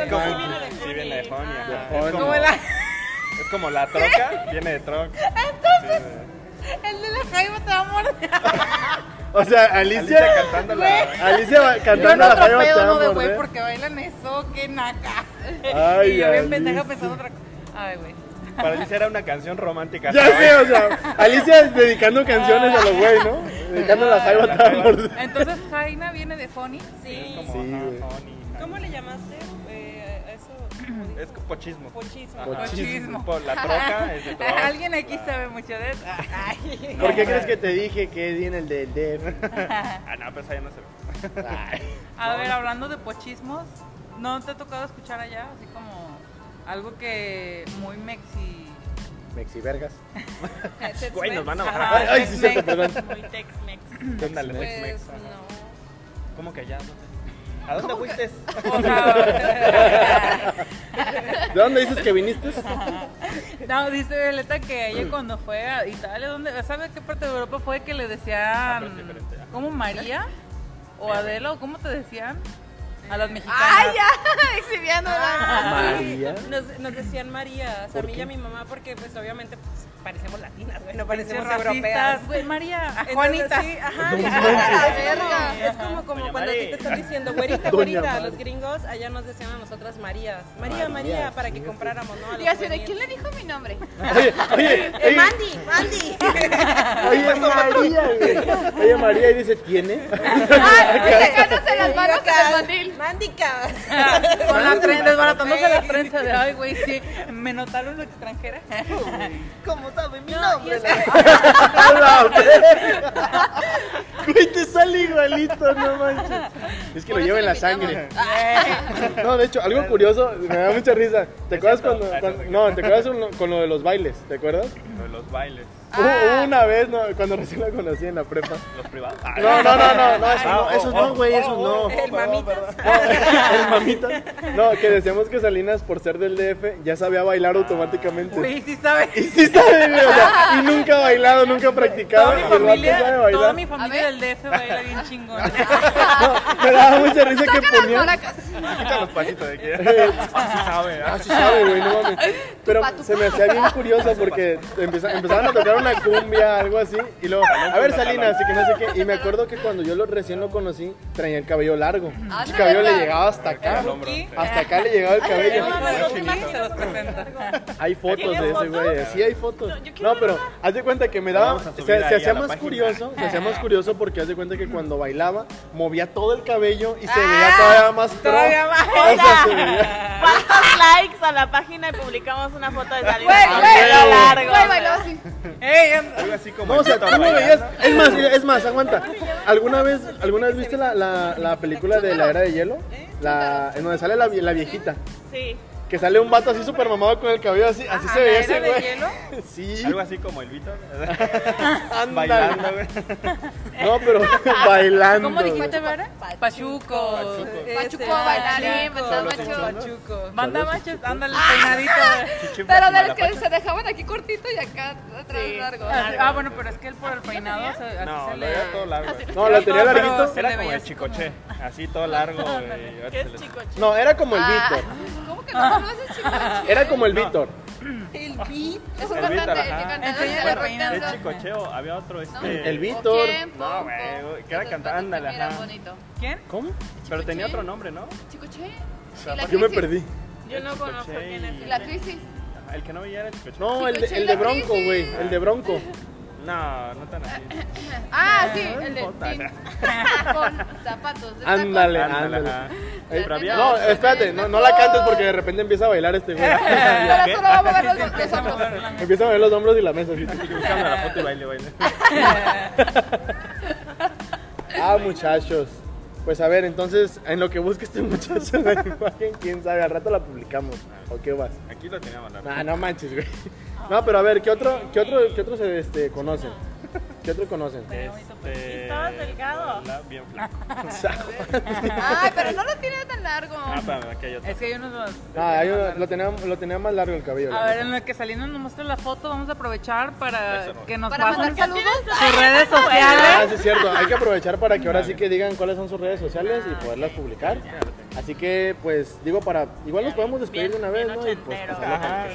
S5: como de.
S2: No, Sí, viene de honey. ajá.
S3: De
S2: Es
S3: honey.
S2: como-
S5: como la- [laughs]
S2: Es como la
S3: [laughs]
S2: troca, viene de troca.
S5: el de la Jaima te va a morder.
S3: O sea,
S2: Alicia
S3: Alicia.
S2: cantando la.
S3: Alicia va-
S5: Yo
S3: cantando la
S5: no
S3: jaiba te ¿eh?
S5: atropello
S3: va a
S5: no de güey
S3: morder.
S5: porque bailan eso, qué naca.
S3: Ay,
S5: y yo bien
S3: Alicia.
S5: pendeja pensando otra cosa. Ay, güey.
S2: Para Alicia era una canción romántica.
S3: Ya sé, o sea, Alicia es dedicando canciones a los güey, ¿no? Dedicando la jaiba te va a morder.
S5: Entonces Jaina viene de Honey.
S6: Sí.
S2: Como,
S3: Sí,
S2: ajá,
S3: güey.
S2: honey, ajá.
S6: ¿Cómo le llamaste eh, a eso?
S3: [clears throat]
S6: ¿Cómo dijo?
S2: Es como pochismo.
S6: Pochismo.
S2: Ajá.
S5: Pochismo.
S2: Por la troca es de
S3: [laughs]
S2: troca.
S5: [laughs] Alguien aquí sabe mucho de eso. Ay.
S3: ¿Por qué crees que te dije que viene el del [laughs] DF?
S2: Ah, no, pero esa ya no se ve.
S5: A ver, hablando de pochismos, ¿no te ha tocado escuchar allá? Así como algo que muy mexi.
S3: Mexivergas.
S6: Tex-Mex.
S2: Güey, nos van a bajar.
S5: Ajá,
S3: Ay, ay, sí,
S5: Tex-Mex.
S3: cierto, perdón.
S7: Muy Tex-Mex.
S2: Ándale,
S6: Pues
S2: Tex-Mex, ajá.
S6: no.
S2: ¿Cómo que allá? No sé.
S8: ¿A dónde fuiste?
S3: [laughs]
S5: O sea,
S3: ¿De dónde dices que [laughs] viniste?
S5: no, dice Violeta que
S8: Mm.
S5: ella cuando fue a Italia, ¿dónde, ¿sabe qué parte de Europa fue que le
S8: pero es
S5: decían,
S8: diferente, ah.
S5: ¿cómo María? ¿O Adela? ¿O cómo te decían? A las mexicanas.
S4: ¡Ay, ya! Exhibiéndola.
S3: María.
S6: Nos, nos decían María, o sea, a mí y a mi mamá, porque pues obviamente pues, parecemos latinas, güey, no parecemos
S5: Pinches
S6: europeas.
S5: racistas, güey,
S4: [laughs]
S5: María.
S6: Entonces,
S5: Juanita.
S6: sí, ajá,
S4: La
S6: ajá,
S4: verga.
S6: Es como, como
S8: Doña
S6: cuando a ti
S8: Mari.
S6: te están diciendo, güerita, güerita, los gringos allá nos decían a nosotras Marías. María, María, para que compráramos, ¿no? A los
S4: Y así de,
S6: juveniles.
S4: ¿quién le dijo
S8: [laughs]
S4: mi nombre?
S3: Oye, oye,
S6: ¡Eh, Mandy! ¡Mandy! [laughs]
S3: oye, María, güey. Oye, María, y dice, ¿tiene?
S4: Sacándose las manos en el mandil.
S6: ¡Mandica!
S5: Con la tren, desbaratándose la
S6: Güey.
S5: prensa de, ay, güey, sí, me notaron lo
S4: [laughs]
S5: extranjera.
S8: ¿Cómo sabe mi
S6: No, y es que-
S3: ¡A la verga! Güey, te sale igualito, no manches. Es que lo
S4: Por
S3: lleva
S4: eso
S3: en la
S4: le invitamos.
S3: sangre. No, de hecho, algo curioso, me da mucha risa. ¿Te acuerdas
S8: cierto.
S3: cuando,
S8: Ah,
S3: cuando-
S8: no sé.
S3: no, te acuerdas con lo- con lo de los bailes, ¿te acuerdas?
S8: Lo de los bailes,
S3: Hubo- hubo una vez, no, cuando recién la conocí en la prepa.
S8: los privados. Ah,
S3: No, no, no, no, no, eso
S8: Ah,
S3: no,
S8: oh,
S3: eso
S8: oh,
S3: no, güey,
S8: oh,
S3: eso
S8: oh,
S3: no.
S8: oh,
S6: El
S8: perdón,
S6: mamita.
S8: perdón.
S3: El mamita. No, que decíamos que Salinas, por ser del DF, ya sabía bailar automáticamente.
S5: Güey, sí sabes.
S3: Y sí sabe, güey, o sea, y nunca ha bailado, nunca ha practicado.
S5: Toda mi
S3: y el vato sabe
S5: familia,
S3: bailar.
S5: toda mi
S4: A
S5: familia
S4: ver.
S5: del DF baila bien chingón.
S3: No, me daba mucha risa que
S4: Saca las
S3: ponía.
S8: [laughs]
S4: maracas.
S8: Quita los pajitos de aquí.
S2: [laughs]
S8: Sí sabe, ah.
S3: Ah, sí sabe, güey, no mames. Pero se me hacía bien curioso porque empieza- empezaban a tocar una cumbia, algo así, y luego, a ver Salinas, así que no sé qué. Y me acuerdo que cuando yo lo recién lo conocí, traía el cabello largo.
S4: Ah,
S3: El cabello le
S4: ¿verdad?
S3: llegaba hasta acá.
S8: Al hombro.
S5: Aquí.
S3: Hasta acá le llegaba el cabello.
S5: No, mames, los chiquitos se los presenta.
S3: Hay fotos
S7: ¿Tienes
S3: de ese
S7: fotos?
S3: güey, sí hay fotos.
S7: yo quiero
S3: No, pero haz de cuenta que me daba,
S8: Vamos a
S3: se,
S8: subir
S3: se
S8: ahí a
S3: hacía
S8: la
S3: más
S8: página.
S3: curioso, se hacía más curioso porque haz de cuenta que cuando bailaba movía todo el cabello y se
S4: Ah,
S3: veía todavía más pro.
S5: todavía más.
S3: O sea, se veía-
S7: ¿Cuántos likes a la página y publicamos una
S4: [laughs]
S7: foto de Salinas?
S4: Güey,
S7: con
S4: güey.
S7: pelo largo.
S4: Güey, bailó así.
S5: Ey, anda.
S8: Algo así como
S3: No, o sea,
S8: Tito
S3: tú no
S8: bailando.
S3: veías. Es más, mira, es más, aguanta. ¿Alguna vez, ¿alguna vez viste la, la, la película de la era de hielo? La, en donde sale la, vie- la viejita.
S7: Sí.
S3: Que sale un vato así super mamado con el cabello así. Así se veía ese
S5: ¿Era de
S3: güey.
S5: hielo?
S3: Sí,
S8: Algo así como el Vito.
S3: [laughs] ándale.
S8: Bailando, güey.
S3: No,
S5: [laughs]
S3: pero [laughs] bailando.
S5: ¿Cómo dijiste,
S3: güey.
S5: Vera? Pachuco.
S4: Pachuco,
S6: Este,
S4: bailarín,
S6: Pachuco.
S4: mandaba macho.
S6: Pachuco.
S5: Manda machos, ándale, peinadito.
S4: Pero de los que se dejaban aquí cortito y acá atrás largo.
S5: [laughs] Ah, bueno, pero es que él por el peinado se, así
S8: No,
S5: se
S8: lo
S5: le...
S8: veía todo largo. güey.
S3: No, la tenía
S5: No, pero-
S3: larguito.
S5: se le
S8: Era como
S5: veía
S8: el
S5: así
S8: chicoche, así todo largo. güey. Y ahora
S7: ¿Qué
S8: se
S7: es
S8: les-
S7: chico?
S3: No, era como el
S4: Ah,
S3: Víctor.
S4: ¿Cómo que no conoces, chico?
S3: Era como el Víctor.
S4: El beat. Es un
S8: Ah. El
S4: cantante,
S8: Víctor,
S4: el
S8: ajá.
S4: cantante de
S5: Enseña
S4: la
S5: la reina.
S8: Es
S4: rock and roll.
S8: chicocheo, había otro este.
S3: El Vito.
S4: O
S3: Víctor.
S4: quién,
S8: No,
S4: pom,
S8: güey,
S4: pom.
S8: güey, que era
S4: Esos
S8: cantante,
S4: patos también eran
S8: ajá.
S4: bonitos.
S5: ¿quién?
S3: ¿Cómo?
S8: Pero tenía
S4: Chicoche.
S8: otro nombre, ¿no?
S4: Chicoche. Y la
S3: Ah, Yo me
S4: crisis.
S3: perdí.
S7: Yo no conozco
S8: Chicoche
S7: quién
S8: y-
S7: es.
S4: La crisis.
S8: Ajá, El que no veía era el chicoche.
S3: No, el de,
S4: Chicoche y
S3: el de
S4: la
S3: Bronco,
S4: crisis.
S3: güey. El de
S5: [laughs]
S3: Bronco.
S8: No, no tan así.
S4: Ah, sí, el de
S8: Jota.
S4: tin. [laughs] Con zapatos de taco. [laughs]
S3: Ándale,
S8: Ándale,
S3: ándale.
S8: ajá.
S3: Ay,
S8: Pero había-
S3: No, espérate, no, no la cantes porque de repente empieza a bailar este
S5: [laughs]
S3: güey.
S4: Ahora solo vamos a ver los, los hombros.
S3: [laughs] Empieza a mover los hombros y la mesa. así.
S8: Y buscando la foto y baile, baile.
S3: Ah, muchachos. Pues a ver, entonces, en lo que busque este muchacho la imagen, quién sabe, al rato la publicamos. ¿O qué vas?
S8: Aquí lo teníamos la
S3: Nah, no manches, güey. No, pero a ver, ¿qué otro, qué otro, qué otro se este, conocen? ¿Qué otro conocen?
S8: Este,
S7: Estabas delgado.
S8: la- Bien flaco.
S4: Ay, pero no lo tiene tan largo.
S8: Ah, espérame, aquí hay otro.
S5: Es que hay unos dos.
S3: Ah, yo lo tenía, lo tenía más largo el cabello. la
S5: A ver, en lo que saliendo nos muestra la foto, vamos a aprovechar para que nos
S4: Para
S5: pasen
S4: mandar saludos.
S5: sus redes
S3: Ah,
S5: sociales.
S3: sí, es cierto. Hay que aprovechar para que ahora sí que digan cuáles son sus redes sociales y poderlas publicar. Así que, pues, digo, para. Igual nos podemos despedir de una vez, ¿no? Y pues, pasarla
S8: Ajá.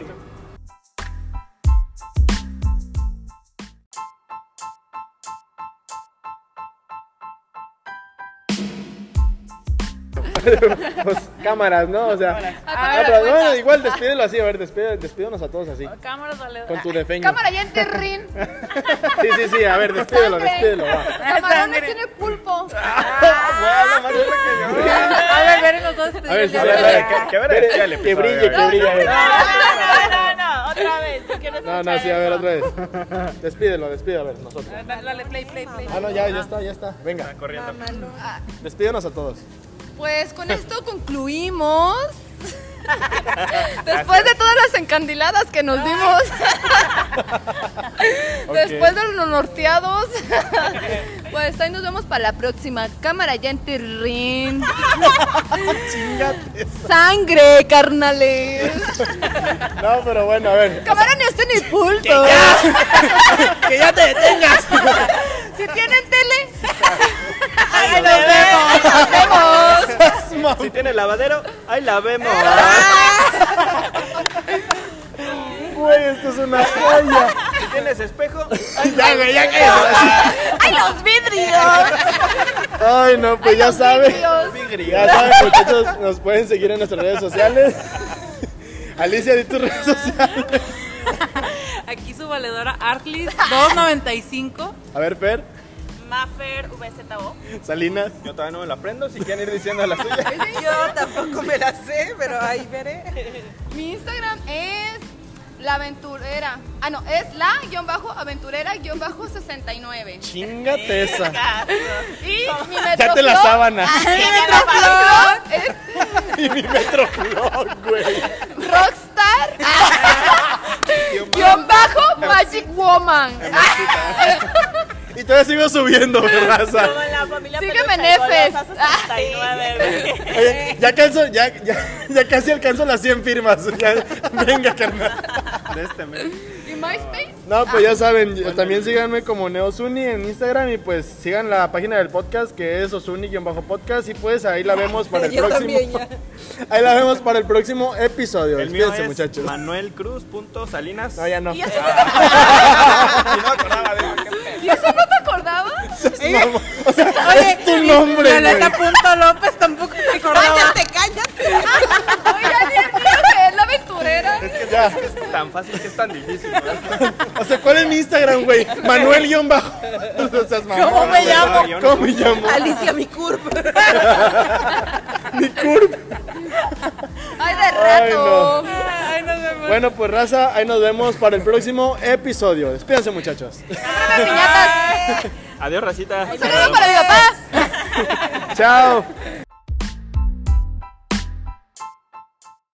S3: con- pues, cámaras, ¿no? O sea.
S4: Ah,
S3: Ah,
S4: cámara,
S3: pero,
S4: cuenta.
S3: bueno, igual despídelo así, a ver, despide- despídenos a todos así.
S5: Cámaras, vale.
S3: Con tu defeño.
S4: Cámara ya en
S5: [laughs]
S4: terrín.
S3: Sí, sí, sí, a ver, despídelo,
S4: Sangre.
S3: despídelo. va.
S4: Camarones tiene pulpo.
S5: A ver, ver los dos.
S3: A ver, sí,
S8: A ver, a ver, que- que ver el
S3: Que-
S8: chale,
S3: Que
S8: pues, a ver,
S3: brille,
S8: a
S3: que brille.
S5: Ah,
S7: No, no, no, otra vez. Yo quiero
S3: No, no,
S7: escuchar
S3: sí, a ver,
S7: eso.
S3: otra vez. Despídelo, despídelo, a ver, nosotros.
S5: Dale, play, play, play.
S3: Ah, no, ya, ya está, ya está. Venga,
S8: Está corriendo.
S3: despídenos a todos.
S4: Pues con esto
S9: [laughs]
S4: concluimos.
S9: [laughs]
S4: Después de todas las encandiladas que nos dimos. después de los norteados, [laughs] pues ahí nos vemos para la próxima. Cámara ya en
S9: [laughs]
S4: Tirrín. Sangre, carnales.
S3: No, pero bueno, a ver.
S4: Cámara ni este ni pulpo. [laughs]
S9: ¡Que ya te detengas!
S4: Si tienen tele,
S9: ¡Ahí nos vemos!
S4: nos vemos.
S2: Si tiene lavadero, ahí la vemos.
S3: Güey, esto es una joya.
S2: Si tienes espejo,
S9: ¡Ya, güey, ya que!
S4: ¡Ay, los vidrios!
S3: Ay, no, pues ya
S4: los
S3: saben.
S4: vidrios.
S3: Ya saben, muchachos, nos pueden seguir en nuestras redes sociales. [laughs] Alicia, di tus redes sociales.
S5: Aquí su valedora Artlis 295.
S3: A ver, Fer,
S7: Maffer VZO.
S3: Salinas.
S2: yo todavía no me la aprendo. Si quieren ir diciendo la
S3: [laughs]
S2: suya.
S9: Yo tampoco me la sé, pero ahí veré.
S4: Mi Instagram es la aventurera. Ah, no, es la guión bajo aventurera guión bajo 69.
S3: Chingate esa.
S4: Y mi
S3: [laughs] Ya te la
S4: Metroflog-
S3: sábana.
S4: Ay, mi Metroflog
S3: [laughs]
S4: es
S3: Y mi metroflog, güey.
S4: Rockstar [laughs] guión bajo Magic Woman.
S3: Em.
S4: Ah,
S3: Y todavía sigo subiendo, güey, raza.
S7: Como la familia
S4: Sígueme
S7: Peluche,
S4: en Fs.
S7: Golosa
S3: [laughs]
S7: 69, güey.
S3: Oye, eh, ya, alcanzo- ya, ya, ya casi alcanzo las 100 firmas. [laughs] Ya, venga, carnal.
S2: De este mes.
S4: ¿Y MySpace?
S3: No, pues ya saben, también síganme como Neosuni en Instagram y pues sigan la página del podcast que es Osuni-podcast y pues ahí la vemos para el
S9: Yo
S3: próximo.
S9: también ya.
S3: [laughs] Ahí la vemos para el próximo episodio.
S2: El mío
S3: Despídense,
S2: es
S3: muchachos.
S2: manuelcruz.salinas. [laughs]
S3: No, ya no.
S7: Y yo
S3: [laughs]
S7: sé
S2: Si no acordaba de [laughs]
S4: ¿Y eso no te acordabas?
S3: Vamos. [laughs] O sea, es tu nombre,
S5: Violeta
S3: güey.
S5: Punto López tampoco se acordaba.
S9: ¡Cállate, cállate!
S4: Oigan, ¿y el mío que es la aventurera?
S3: Ya.
S2: es tan fácil que es tan difícil. ¿no?
S3: O sea, ¿cuál es mi Instagram, güey? Manuel guión bajo. [laughs] O sea, es mamón.
S9: ¿Cómo me llamo?
S3: ¿Cómo me llamo?
S9: Alicia, mi curva.
S3: Mi curva.
S4: Ay, de
S3: Ay,
S4: rato.
S3: no. Bueno, pues raza, ahí nos vemos para el próximo episodio. Despídense, muchachos. [laughs]
S4: Cómprame piñatas.
S2: Adiós, racita.
S4: Saludos para mi papá.
S3: Chao.